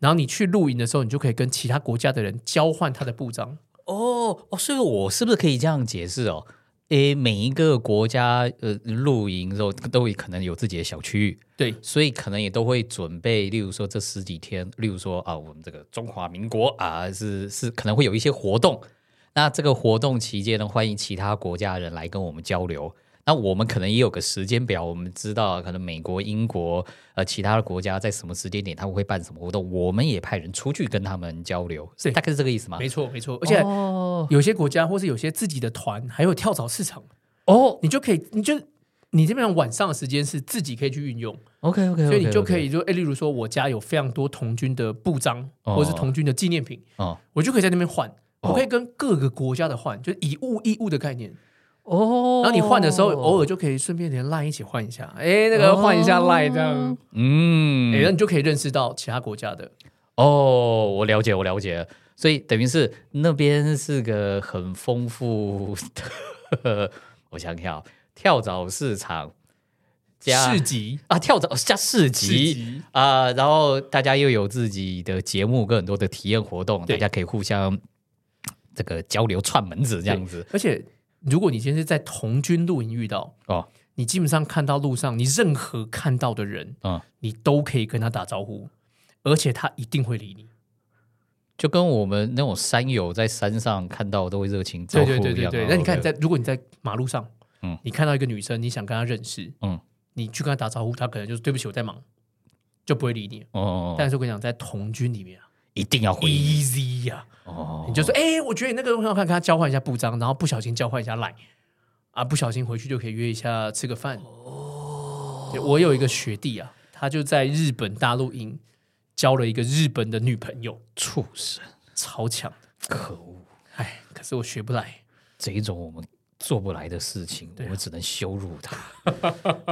[SPEAKER 2] 然后你去露营的时候，你就可以跟其他国家的人交换他的布章。
[SPEAKER 1] 哦哦，所以我是不是可以这样解释哦？诶，每一个国家呃露营的时候都可能有自己的小区域，
[SPEAKER 2] 对，
[SPEAKER 1] 所以可能也都会准备，例如说这十几天，例如说啊，我们这个中华民国啊，是是可能会有一些活动。那这个活动期间呢，欢迎其他国家人来跟我们交流。那我们可能也有个时间表，我们知道可能美国、英国呃其他的国家在什么时间点他们会办什么活动，我们也派人出去跟他们交流，是
[SPEAKER 2] 对
[SPEAKER 1] 大概是这个意思吗？
[SPEAKER 2] 没错，没错。而且
[SPEAKER 1] 哦
[SPEAKER 2] 有些国家或是有些自己的团，还有跳蚤市场，
[SPEAKER 1] 哦
[SPEAKER 2] 你就可以，你就你这边晚上的时间是自己可以去运用，
[SPEAKER 1] ，OK OK，
[SPEAKER 2] 所以你就可以就哎，例如说我家有非常多童军的布章，
[SPEAKER 1] 哦
[SPEAKER 2] 或是童军的纪念品，
[SPEAKER 1] 哦
[SPEAKER 2] 我就可以在那边换。
[SPEAKER 1] 哦
[SPEAKER 2] 我可以跟各个国家的换，就是以物易物的概念。
[SPEAKER 1] 哦，
[SPEAKER 2] 然后你换的时候，偶尔就可以顺便连 line 一起换一下，哎，那个换一下
[SPEAKER 1] 哦
[SPEAKER 2] line 这样，
[SPEAKER 1] 嗯
[SPEAKER 2] 哎，那你就可以认识到其他国家的。
[SPEAKER 1] 哦，我了解，我了解了。所以等于是那边是个很丰富的， (laughs) 我想想啊，跳蚤市场加
[SPEAKER 2] 市集、
[SPEAKER 1] 啊，跳蚤加市
[SPEAKER 2] 市
[SPEAKER 1] 集
[SPEAKER 2] 集
[SPEAKER 1] 啊、然后大家又有自己的节目跟很多的体验活动，大
[SPEAKER 2] 对
[SPEAKER 1] 家可以互相这个交流串门子这样子
[SPEAKER 2] 而且，如果你今天是在童军露营遇到，
[SPEAKER 1] 哦，
[SPEAKER 2] 你基本上看到路上你任何看到的人，
[SPEAKER 1] 嗯，
[SPEAKER 2] 你都可以跟他打招呼，而且他一定会理你。
[SPEAKER 1] 就跟我们那种山友在山上看到都会热情招
[SPEAKER 2] 对
[SPEAKER 1] 呼一
[SPEAKER 2] 对
[SPEAKER 1] 样啊。
[SPEAKER 2] 对对对。那你看你
[SPEAKER 1] 对
[SPEAKER 2] 在如果你在马路上，
[SPEAKER 1] 嗯
[SPEAKER 2] 你看到一个女生，你想跟她认识，
[SPEAKER 1] 嗯
[SPEAKER 2] 你去跟她打招呼，她可能就是对不起我在忙，就不会理你。
[SPEAKER 1] 哦哦，哦
[SPEAKER 2] 但是我跟你讲，在童军里面啊
[SPEAKER 1] 一定要回应
[SPEAKER 2] ，easy 呀、
[SPEAKER 1] 哦，
[SPEAKER 2] 你就说，哎、我觉得你那个很好看，跟他交换一下布章，然后不小心交换一下赖，啊，不小心回去就可以约一下吃个饭。哦，我有一个学弟啊，他就在日本大陆营交了一个日本的女朋友，
[SPEAKER 1] 畜生，
[SPEAKER 2] 超强的。
[SPEAKER 1] 可恶！
[SPEAKER 2] 哎，可是我学不来。
[SPEAKER 1] 这一种我们做不来的事情，我
[SPEAKER 2] 啊
[SPEAKER 1] 们只能羞辱
[SPEAKER 2] (laughs)
[SPEAKER 1] 他。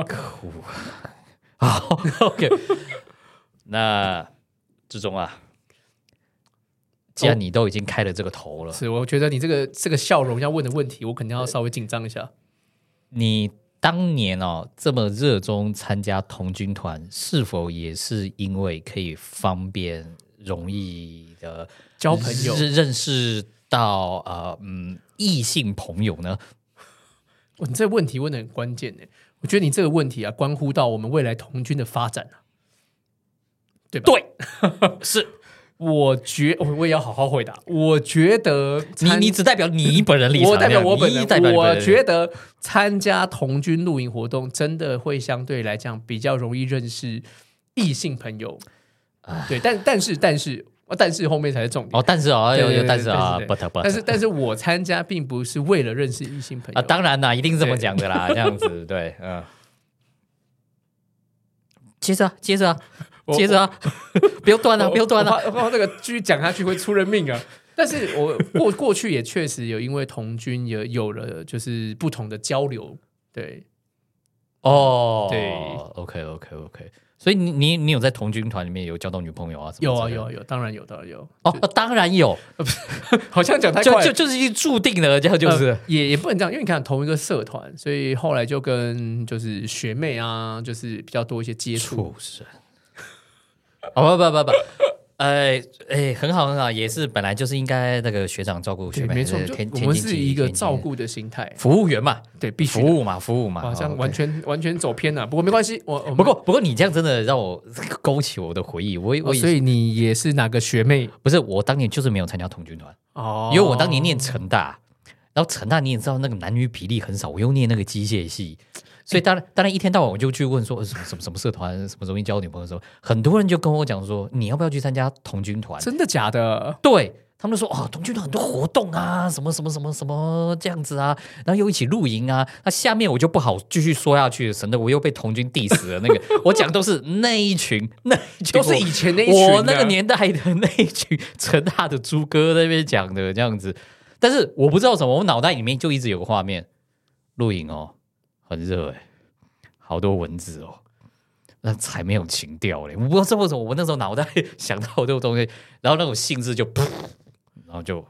[SPEAKER 1] 可恶！好，OK。那志忠啊，既然你都已经开了这个头了，
[SPEAKER 2] 哦是，我觉得你这个这个笑容要问的问题，我肯定要稍微紧张一下。
[SPEAKER 1] 你当年哦这么热衷参加童军团，是否也是因为可以方便、容易的
[SPEAKER 2] 交朋友，
[SPEAKER 1] 认认识到呃嗯异性朋友呢？
[SPEAKER 2] 哇你这个问题问的很关键呢。我觉得你这个问题啊，关乎到我们未来童军的发展啊，对吧？
[SPEAKER 1] 对，是
[SPEAKER 2] 我觉我我也要好好回答。我觉得
[SPEAKER 1] 你
[SPEAKER 2] 参
[SPEAKER 1] 你只代表
[SPEAKER 2] (laughs)
[SPEAKER 1] 你本人立场，
[SPEAKER 2] 我代表我本
[SPEAKER 1] 你
[SPEAKER 2] 人
[SPEAKER 1] 代表，你本
[SPEAKER 2] 我
[SPEAKER 1] 人
[SPEAKER 2] 觉得参加童军露营活动真的会相对来讲比较容易认识异性朋友。对，但但是但是但是后面才是重点。
[SPEAKER 1] 哦，但是啊，有
[SPEAKER 2] 对
[SPEAKER 1] 有
[SPEAKER 2] 对
[SPEAKER 1] 但是啊
[SPEAKER 2] 对对
[SPEAKER 1] ，but but，
[SPEAKER 2] 但是但是我参加并不是为了认识异性朋友
[SPEAKER 1] 啊，当然啦，一定是这么讲的啦，这样
[SPEAKER 2] (laughs)
[SPEAKER 1] 子对，嗯。接着啊，接着啊，
[SPEAKER 2] 我 (laughs)
[SPEAKER 1] 接着啊，不要断啊，不要断啊！
[SPEAKER 2] 我怕我怕这个继续讲下去会出人命啊！ (laughs) 但是我过过去也确实有因为童军也有了就是不同的交流，对，
[SPEAKER 1] 哦，
[SPEAKER 2] 对
[SPEAKER 1] ，OK OK OK，所以你你你有在童军团里面有交到女朋友啊？什么
[SPEAKER 2] 有啊
[SPEAKER 1] 之类的
[SPEAKER 2] 有啊有，当然有当然有，
[SPEAKER 1] 哦，当然有，
[SPEAKER 2] 好像讲太
[SPEAKER 1] 就
[SPEAKER 2] 快了
[SPEAKER 1] 就就是已经注定了，这样就是
[SPEAKER 2] 呃。也也不能这样，因为你看同一个社团，所以后来就跟就是学妹啊，就是比较多一些接触。
[SPEAKER 1] 畜生！ (laughs) 哦不不不不，哎哎，很好很好，也是本来就是应该那个学长照顾学
[SPEAKER 2] 对，
[SPEAKER 1] 妹，
[SPEAKER 2] 没错，
[SPEAKER 1] 还
[SPEAKER 2] 就
[SPEAKER 1] 天
[SPEAKER 2] 我
[SPEAKER 1] 天
[SPEAKER 2] 们
[SPEAKER 1] 经
[SPEAKER 2] 是
[SPEAKER 1] 地
[SPEAKER 2] 一个
[SPEAKER 1] 义
[SPEAKER 2] 照顾的心态，
[SPEAKER 1] 服务员嘛，
[SPEAKER 2] 对， (laughs) 必须
[SPEAKER 1] 服
[SPEAKER 2] 的。
[SPEAKER 1] 务嘛，服务嘛，
[SPEAKER 2] 啊好
[SPEAKER 1] 哦
[SPEAKER 2] 像
[SPEAKER 1] ，OK
[SPEAKER 2] 完全完全走偏了，不过没关系，我我们
[SPEAKER 1] 不过，不过你这样真的让我勾起我的回忆。我我
[SPEAKER 2] 哦
[SPEAKER 1] 以
[SPEAKER 2] 所
[SPEAKER 1] 前
[SPEAKER 2] 以你也是哪个学妹
[SPEAKER 1] 不是我当年就是没有参加童军团，
[SPEAKER 2] 哦？
[SPEAKER 1] 因为我当年念成大，然后成大你也知道那个男女比例很少，我又念那个机械系，所以当然当然一天到晚我就去问说呃什么什么什么社团什么容易交女朋友的时候，很多人就跟我讲说你要不要去参加童军团？
[SPEAKER 2] 真的假的？
[SPEAKER 1] 对他们就说哦，童军团很多活动啊，什么什么什么什么这样子啊，然后又一起露营啊。那下面我就不好继续说下去，省得我又被童军 diss 了。那个我讲都是那一群，那一群
[SPEAKER 2] 都是以前那一群啊
[SPEAKER 1] 我
[SPEAKER 2] 的
[SPEAKER 1] 我那个年代的那一群成大的猪哥在那边讲的这样子。但是我不知道什么，我脑袋里面就一直有个画面，露营哦，很热哎、好多蚊子哦。那才没有情调嘞！我不知道为什么我那时候脑袋想到这个东西，然后那种兴致就噗，然后就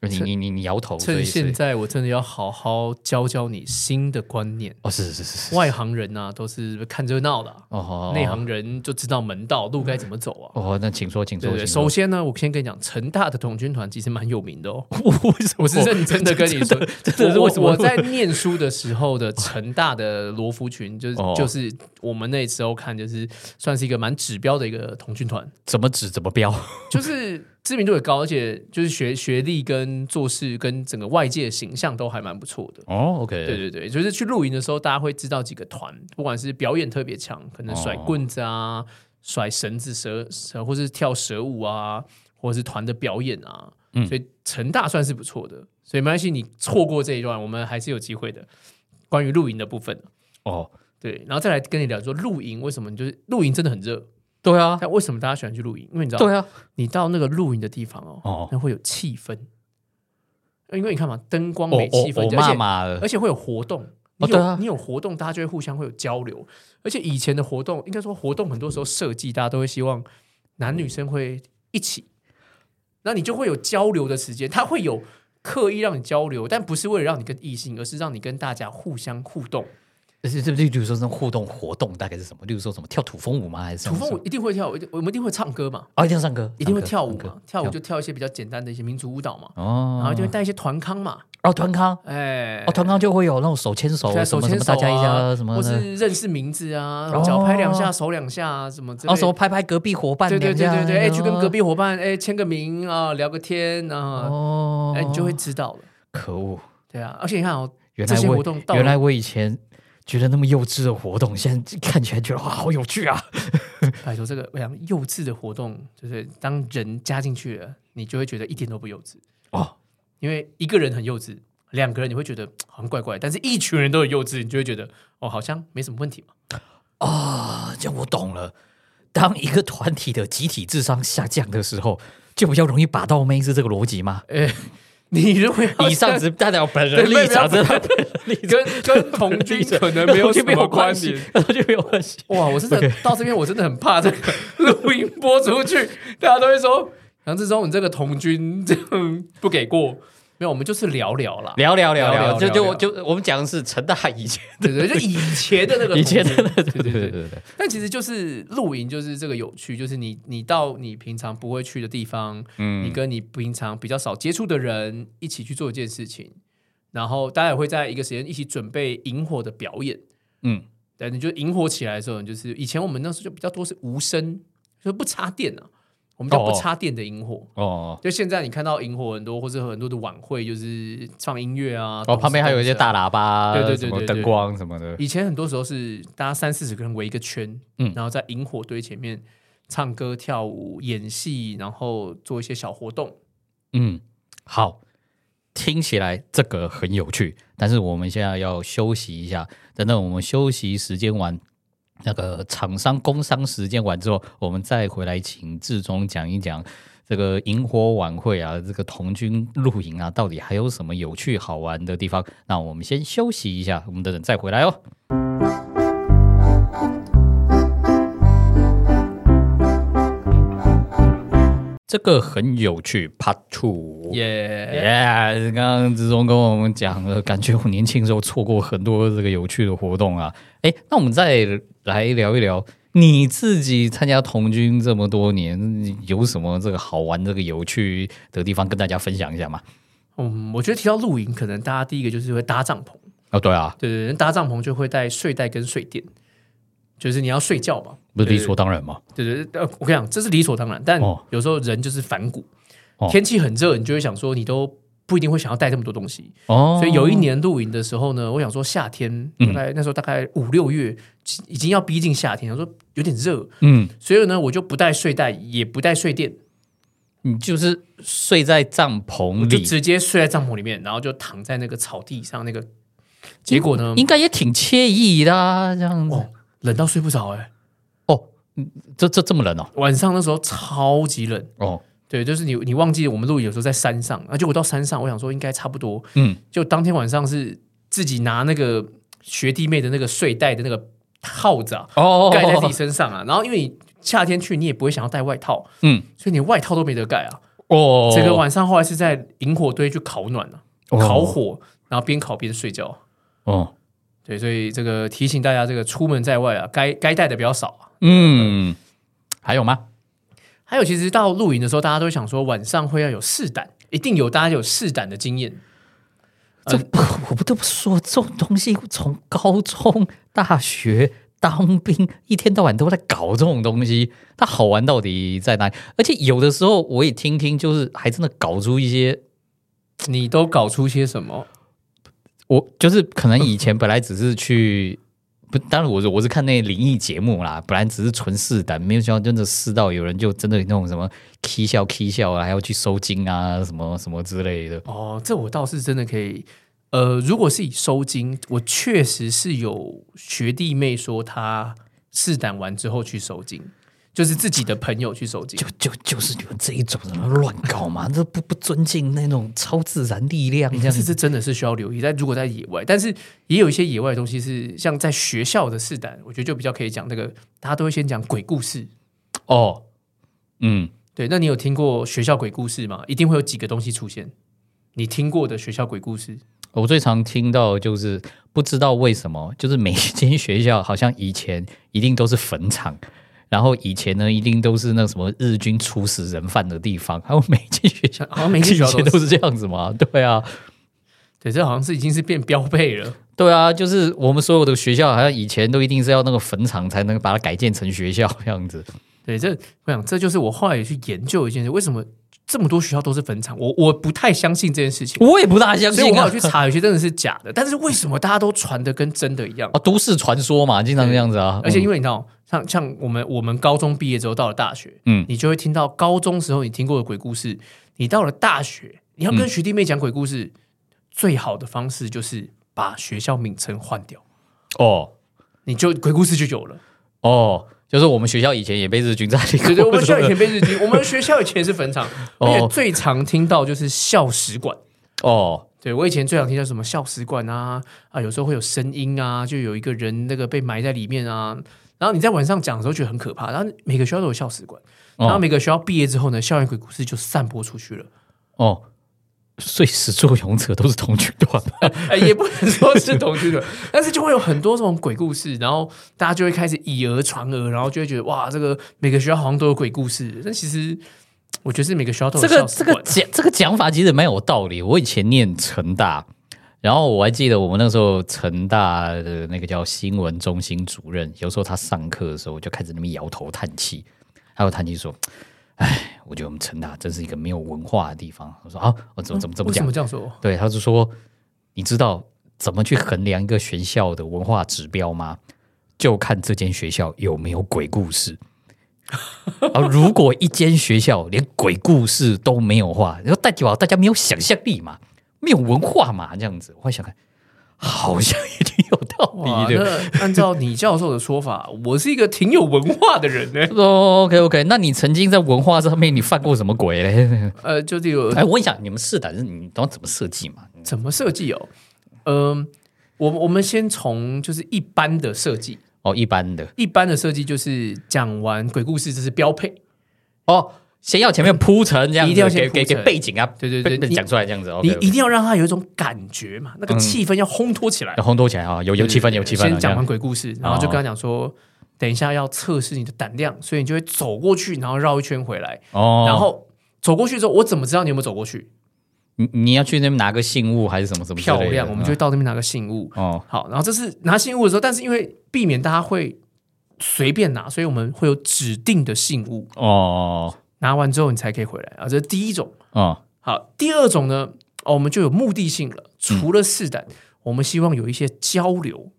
[SPEAKER 1] 你你你你摇头，所
[SPEAKER 2] 趁
[SPEAKER 1] 以所
[SPEAKER 2] 现
[SPEAKER 1] 以
[SPEAKER 2] 在我真的要好好教教你新的观念。
[SPEAKER 1] 哦是是是是
[SPEAKER 2] 外行人呐、都是看热闹的啊、
[SPEAKER 1] 哦哦哦
[SPEAKER 2] 内行人就知道门道路该怎么走啊。
[SPEAKER 1] 哦，那请说请
[SPEAKER 2] 对
[SPEAKER 1] 说，
[SPEAKER 2] 不对？
[SPEAKER 1] 请说
[SPEAKER 2] 首先呢，我先跟你讲，成大的童军团其实蛮有名的哦。 (laughs)
[SPEAKER 1] 为什么
[SPEAKER 2] 我是认真的跟你说，
[SPEAKER 1] 真的是
[SPEAKER 2] 我
[SPEAKER 1] 为什么
[SPEAKER 2] 我我在念书的时候的成大的罗浮群，就是
[SPEAKER 1] 哦
[SPEAKER 2] 就是我们那时候看，就是算是一个蛮指标的一个童军团，
[SPEAKER 1] 怎么指怎么标？
[SPEAKER 2] 就是知名度也高，而且就是学学历跟做事跟整个外界形象都还蛮不错的。
[SPEAKER 1] 哦，OK，
[SPEAKER 2] 对对对，就是去露营的时候，大家会知道几个团，不管是表演特别强，可能
[SPEAKER 1] 哦
[SPEAKER 2] 甩棍子啊、甩绳子、蛇蛇，或是跳蛇舞啊，或者是团的表演啊。
[SPEAKER 1] 嗯
[SPEAKER 2] 所以成大算是不错的，所以没关系，你错过这一段，我们还是有机会的。关于露营的部分，
[SPEAKER 1] 哦，
[SPEAKER 2] 对，然后再来跟你聊说露营为什么就是露营真的很热，
[SPEAKER 1] 对啊，
[SPEAKER 2] 但为什么大家喜欢去露营？因为你知道，
[SPEAKER 1] 对啊，
[SPEAKER 2] 你到那个露营的地方哦，
[SPEAKER 1] 哦
[SPEAKER 2] 那会有气氛，因为你看嘛，灯光
[SPEAKER 1] 我
[SPEAKER 2] 美嗯气氛，
[SPEAKER 1] 我
[SPEAKER 2] 而且
[SPEAKER 1] 骂骂了
[SPEAKER 2] 而且会有活动。你有、
[SPEAKER 1] 对啊
[SPEAKER 2] 你有活动，大家就会互相会有交流。而且以前的活动，应该说活动很多时候设计，大家都会希望男女生会一起，那你就会有交流的时间。他会有刻意让你交流，但不是为了让你跟异性，而是让你跟大家互相互
[SPEAKER 1] 哦
[SPEAKER 2] 动。
[SPEAKER 1] 是是，例如说这种互动活动大概是什么？例如说什么跳土风舞吗？还是什
[SPEAKER 2] 土
[SPEAKER 1] 么
[SPEAKER 2] 风舞一定会跳，一定我们一定会唱歌嘛，
[SPEAKER 1] 啊？一定要唱歌，
[SPEAKER 2] 一定会
[SPEAKER 1] 唱歌
[SPEAKER 2] 跳舞啊
[SPEAKER 1] 唱歌
[SPEAKER 2] 嘛，跳舞就跳一些比较简单的一些民族舞蹈嘛，
[SPEAKER 1] 哦，
[SPEAKER 2] 然后就会带一些团康嘛，
[SPEAKER 1] 哦团康
[SPEAKER 2] 哎
[SPEAKER 1] 哦，团康就会有那种手牵手
[SPEAKER 2] 对啊，
[SPEAKER 1] 什
[SPEAKER 2] 手
[SPEAKER 1] 么什
[SPEAKER 2] 牵
[SPEAKER 1] 么
[SPEAKER 2] 手
[SPEAKER 1] 大家一
[SPEAKER 2] 啊，
[SPEAKER 1] 下什么
[SPEAKER 2] 或
[SPEAKER 1] 的
[SPEAKER 2] 是认识名字啊
[SPEAKER 1] 哦，
[SPEAKER 2] 脚拍两下，手两下啊，什么之类
[SPEAKER 1] 然后
[SPEAKER 2] 的。
[SPEAKER 1] 什么拍拍隔壁伙伴
[SPEAKER 2] 对对
[SPEAKER 1] 娘
[SPEAKER 2] 对
[SPEAKER 1] 家啊，
[SPEAKER 2] 对对，哎，去跟隔
[SPEAKER 1] 壁
[SPEAKER 2] 壁伙伴哎签个名啊，聊个天啊，
[SPEAKER 1] 哦，
[SPEAKER 2] 哎，你就会知道了。
[SPEAKER 1] 可恶，
[SPEAKER 2] 对啊，而且你看哦，
[SPEAKER 1] 原
[SPEAKER 2] 这
[SPEAKER 1] 来
[SPEAKER 2] 些活
[SPEAKER 1] 我
[SPEAKER 2] 动到
[SPEAKER 1] 原来
[SPEAKER 2] 了
[SPEAKER 1] 我以前觉得那么幼稚的活动，现在看起来觉得哇好有趣啊！ (laughs)
[SPEAKER 2] 拜托这个，我想幼稚的活动，就是当人加进去了，你就会觉得一点都不幼稚，
[SPEAKER 1] 哦，
[SPEAKER 2] 因为一个人很幼稚。两个人你会觉得好像怪怪，但是一群人都很幼稚，你就会觉得哦，好像没什么问题嘛。
[SPEAKER 1] 啊这样我懂了。当一个团体的集体智商下降的时候，就比较容易把到妹，是这个逻辑吗？
[SPEAKER 2] 你如果要
[SPEAKER 1] (laughs) 以上只代表本人
[SPEAKER 2] 对
[SPEAKER 1] 立场，
[SPEAKER 2] 对
[SPEAKER 1] 真
[SPEAKER 2] 不要
[SPEAKER 1] 的本人立场
[SPEAKER 2] 跟跟童军可能没有
[SPEAKER 1] 完
[SPEAKER 2] 什
[SPEAKER 1] 全没
[SPEAKER 2] 么
[SPEAKER 1] 有
[SPEAKER 2] 关
[SPEAKER 1] 关
[SPEAKER 2] 系
[SPEAKER 1] 系。，完全没有关系。
[SPEAKER 2] 哇，我真的到这边，我真的很怕这个
[SPEAKER 1] (laughs)
[SPEAKER 2] 录音播出去，大家都会说杨志忠，你这个童军这样不给过。没有，我们就是聊
[SPEAKER 1] (laughs)
[SPEAKER 2] 聊啦，
[SPEAKER 1] 聊聊聊
[SPEAKER 2] 聊聊
[SPEAKER 1] 聊，就
[SPEAKER 2] 聊
[SPEAKER 1] 就就我们讲的是陈大以前
[SPEAKER 2] 对对，就以前的那个
[SPEAKER 1] 以前
[SPEAKER 2] 童
[SPEAKER 1] 的
[SPEAKER 2] 军，
[SPEAKER 1] 那种，
[SPEAKER 2] 对对对
[SPEAKER 1] 对，
[SPEAKER 2] 但其实就是露营，就是这个有趣，就是你你到你平常不会去的地方，
[SPEAKER 1] 嗯
[SPEAKER 2] 你跟你平常比较少接触的人一起去做一件事情，然后大家也会在一个时间一起准备萤火的表演，
[SPEAKER 1] 嗯，
[SPEAKER 2] 对，你就萤火起来的时候，你就是以前我们那时候就比较多是无声，就是不插电啊，我们叫
[SPEAKER 1] 哦
[SPEAKER 2] 不插电的萤火。
[SPEAKER 1] 哦
[SPEAKER 2] 就现在你看到萤火很多，或者很多的晚会就是放音乐啊，
[SPEAKER 1] 哦，旁边还有一些大
[SPEAKER 2] 喇。
[SPEAKER 1] 喇叭，
[SPEAKER 2] 对对对
[SPEAKER 1] 什么
[SPEAKER 2] 对对
[SPEAKER 1] 灯光什么的，
[SPEAKER 2] 以前很多时候是大家三四十个人围一个圈，
[SPEAKER 1] 嗯
[SPEAKER 2] 然后在萤火堆前面唱歌、跳舞、演戏，然后做一些小活动。
[SPEAKER 1] 嗯，好，听起来这个很有趣，但是我们现在要休息一下，等等我们休息时间完，那个厂商工商时间完之后，我们再回来请志忠讲一讲这个萤火晚会啊，这个童军露营啊，到底还有什么有趣好玩的地方？那我们先休息一下，我们等等再回来哦。这个很有趣，Part Two。
[SPEAKER 2] 耶、
[SPEAKER 1] 耶！哎刚刚志忠跟我们讲了，感觉我年轻的时候错过很多这个有趣的活动啊。哎，那我们再来聊一聊你自己参加童军这么多年，你有什么这个好玩、这个有趣的地方跟大家分享一下吗？
[SPEAKER 2] 嗯，我觉得提到露营，可能大家第一个就是会搭帐篷，
[SPEAKER 1] 哦，对啊，
[SPEAKER 2] 对对对，搭帐篷就会带睡袋跟睡垫，就是你要睡觉嘛，
[SPEAKER 1] 不是
[SPEAKER 2] 对
[SPEAKER 1] 理所当然吗？
[SPEAKER 2] 对对对，呃，我跟你讲，这是理所当然，但
[SPEAKER 1] 哦
[SPEAKER 2] 有时候人就是反骨，
[SPEAKER 1] 哦
[SPEAKER 2] 天气很热，你就会想说，你都不一定会想要带这么多东西。
[SPEAKER 1] 哦，嗯
[SPEAKER 2] 所以有一年露营的时候呢，我想说夏天，大概、那时候大概五六月，已经要逼近夏天，想说有点热，
[SPEAKER 1] 嗯，
[SPEAKER 2] 所以呢，我就不带睡袋，也不带睡垫，
[SPEAKER 1] 你就是睡在帐
[SPEAKER 2] 我
[SPEAKER 1] 篷
[SPEAKER 2] 就
[SPEAKER 1] 里，
[SPEAKER 2] 直接睡在帐篷里面，然后就躺在那个草地上，那个结果呢，
[SPEAKER 1] 应该也挺惬意的、啊，这样子。
[SPEAKER 2] 哦，冷到睡不着哎、
[SPEAKER 1] 哦，这这这么冷哦，
[SPEAKER 2] 晚上那时候超级冷。
[SPEAKER 1] 哦，
[SPEAKER 2] 对，就是你，你忘记我们露营有时候在山上，啊，结果到山上，我想说应该差不多，
[SPEAKER 1] 嗯，
[SPEAKER 2] 就当天晚上是自己拿那个学弟妹的那个睡袋的那个套子啊，
[SPEAKER 1] 哦
[SPEAKER 2] 盖在自己身上啊，然后因为你夏天去，你也不会想要带外套，
[SPEAKER 1] 嗯，
[SPEAKER 2] 所以你外套都没得盖啊。
[SPEAKER 1] 哦，
[SPEAKER 2] 整个晚上后来是在萤火堆去烤暖啊，
[SPEAKER 1] 哦
[SPEAKER 2] 烤火，然后边烤边睡觉。
[SPEAKER 1] 哦，
[SPEAKER 2] 对，所以这个提醒大家，这个出门在外啊，该该带的比较少啊。
[SPEAKER 1] 嗯，还有吗？
[SPEAKER 2] 还有，其实到露营的时候，大家都会想说晚上会要有试胆，一定有大家有试胆的经验。
[SPEAKER 1] 这不，我不得不说，这种东西从高中、大学、当兵，一天到晚都在搞这种东西，它好玩到底在哪里？而且有的时候我也听听，就是还真的搞出一些，
[SPEAKER 2] 你都搞出些什么？
[SPEAKER 1] 我就是可能以前本来只是去。不，当然我是我是看那灵异节目啦，本来只是纯试胆，没有想到真的试到有人就真的那种什么 k 笑 k 笑啊，还要去收金啊，什么什么之类的。
[SPEAKER 2] 哦，这我倒是真的可以。呃，如果是以收金，我确实是有学弟妹说她试胆完之后去收金，就是自己的朋友去收金
[SPEAKER 1] 就。就就是你们这一种人乱搞嘛，这不不尊敬那种超自然力量这样
[SPEAKER 2] 但是
[SPEAKER 1] 子。
[SPEAKER 2] 这真的是需要留意。但如果在野外，但是也有一些野外的东西是像在学校的试胆，我觉得就比较可以讲这个，大家都会先讲鬼故事。
[SPEAKER 1] 哦， (laughs) 嗯，
[SPEAKER 2] 对，那你有听过学校鬼故事吗？一定会有几个东西出现，你听过的学校鬼故事。
[SPEAKER 1] 我最常听到就是不知道为什么，就是每一间学校好像以前一定都是坟场。然后以前呢，一定都是那什么日军处死人犯的地方，还有每间学校，
[SPEAKER 2] 好像每间学校
[SPEAKER 1] 以
[SPEAKER 2] (laughs) 都
[SPEAKER 1] 前都是这样子嘛？对啊，
[SPEAKER 2] 对，这好像是已经是变标配了。
[SPEAKER 1] 对啊，就是我们所有的学校，好像以前都一定是要那个坟场才能把它改建成学校这样子。
[SPEAKER 2] 对，这我想这就是我后来也去研究一件事，为什么这么多学校都是坟场？我我不太相信这件事情，
[SPEAKER 1] 我也不大相
[SPEAKER 2] 所以我
[SPEAKER 1] 信
[SPEAKER 2] 后来
[SPEAKER 1] 啊
[SPEAKER 2] 去，查，有些真的是假的，但是为什么大家都传的跟真的一样？
[SPEAKER 1] 啊，都市传说嘛，经常这样子啊。
[SPEAKER 2] 而且
[SPEAKER 1] 嗯
[SPEAKER 2] 因为你知道，像像我们我们高中毕业之后到了大学，
[SPEAKER 1] 嗯
[SPEAKER 2] 你就会听到高中时候你听过的鬼故事，你到了大学，你
[SPEAKER 1] 嗯
[SPEAKER 2] 要跟学弟妹讲鬼故事，最好的方式就是把学校名称换掉，
[SPEAKER 1] 哦，
[SPEAKER 2] 你就鬼故事就
[SPEAKER 1] (laughs)
[SPEAKER 2] 有了。
[SPEAKER 1] 哦，就是我们学校以前也被日军占领过，
[SPEAKER 2] 对对，我们学
[SPEAKER 1] 是
[SPEAKER 2] 校
[SPEAKER 1] 不是
[SPEAKER 2] 以前被日军，我们学校以前是坟场，而
[SPEAKER 1] (laughs) 哦
[SPEAKER 2] 且最常听到就是校史馆。
[SPEAKER 1] 哦
[SPEAKER 2] 对我以前最常听到什么校史馆啊啊，有时候会有声音啊，就有一个人那个被埋在里面啊。然后你在晚上讲的时候觉得很可怕，然后每个学校都有校史馆，
[SPEAKER 1] 哦
[SPEAKER 2] 然后每个学校毕业之后呢，校园鬼故事就散播
[SPEAKER 1] (laughs)
[SPEAKER 2] 出去了。
[SPEAKER 1] 哦，所以始作俑者都是同军团吗
[SPEAKER 2] 哎，也不能说是同居的，但是就会有很多这种鬼故事，然后大家就会开始以讹传讹，然后就会觉得哇，这个每个学校好像都有鬼故事。但其实 (laughs) 我觉得是每个学校都有
[SPEAKER 1] 这个
[SPEAKER 2] 校史
[SPEAKER 1] 这
[SPEAKER 2] 馆啊
[SPEAKER 1] 个讲这个讲法其实蛮有道理。我以前念成大，然后我还记得我们那时候成大的那个叫新闻中心主任，有时候他上课的时候我就开始那边摇头叹气，还有叹气说：“哎，我觉得我们成大真是一个没有文化的地方。”我说：“啊，我怎么怎么怎么
[SPEAKER 2] 为什
[SPEAKER 1] 讲
[SPEAKER 2] 么？这样说？
[SPEAKER 1] 对，他就说，你知道怎么去衡量一个学校的文化指标吗？就看这间学校有没有鬼故事。而如果一间学校连鬼故事都没有的话，然后代表大家没有想象力嘛，没有文化嘛，这样子，我还想看好像也挺有道
[SPEAKER 2] 哇，
[SPEAKER 1] 理的。
[SPEAKER 2] 那按照你教授的说法，我是一个挺有文化的人呢、
[SPEAKER 1] 哦，OK OK，那你曾经在文化上面你犯过什么鬼嘞？
[SPEAKER 2] 呃，就例如
[SPEAKER 1] 哎，我问一下，你们试胆是你懂怎么设计嘛？
[SPEAKER 2] 怎么设计哦？嗯、我我们先从就是一般的设计，
[SPEAKER 1] 哦，一般的
[SPEAKER 2] 一般的设计就是讲完鬼故事，这是标配。
[SPEAKER 1] 哦，先要前面铺陈这样子，
[SPEAKER 2] 一定要先
[SPEAKER 1] 给给
[SPEAKER 2] 铺陈
[SPEAKER 1] 给背景啊，
[SPEAKER 2] 对对对
[SPEAKER 1] 背
[SPEAKER 2] 你
[SPEAKER 1] 讲出来这样子
[SPEAKER 2] 你
[SPEAKER 1] ，OK，
[SPEAKER 2] 一定要让他有一种感觉嘛，那个气氛要烘托起来。
[SPEAKER 1] 要烘托起来啊，有有气氛，有气氛啊，
[SPEAKER 2] 先
[SPEAKER 1] 这
[SPEAKER 2] 讲完
[SPEAKER 1] 样
[SPEAKER 2] 鬼故事，然后就跟他讲说，等一下要测试你的胆量，所以你就会走过去，然后绕一圈回来，
[SPEAKER 1] 哦，
[SPEAKER 2] 然后走过去之后，我怎么知道你有没有走过去？
[SPEAKER 1] 你你要去那边拿个信物还是什么什么之类
[SPEAKER 2] 漂
[SPEAKER 1] 的嗯
[SPEAKER 2] 亮，我们就会到那边拿个信物。
[SPEAKER 1] 哦
[SPEAKER 2] 好，然后这是拿信物的时候，但是因为避免大家会随便拿，所以我们会有指定的信物，
[SPEAKER 1] 哦
[SPEAKER 2] 拿完之后你才可以回来啊。这是第一种。
[SPEAKER 1] 哦
[SPEAKER 2] 好，第二种呢，哦，我们就有目的性了。除了试胆，我们希望有一些交流，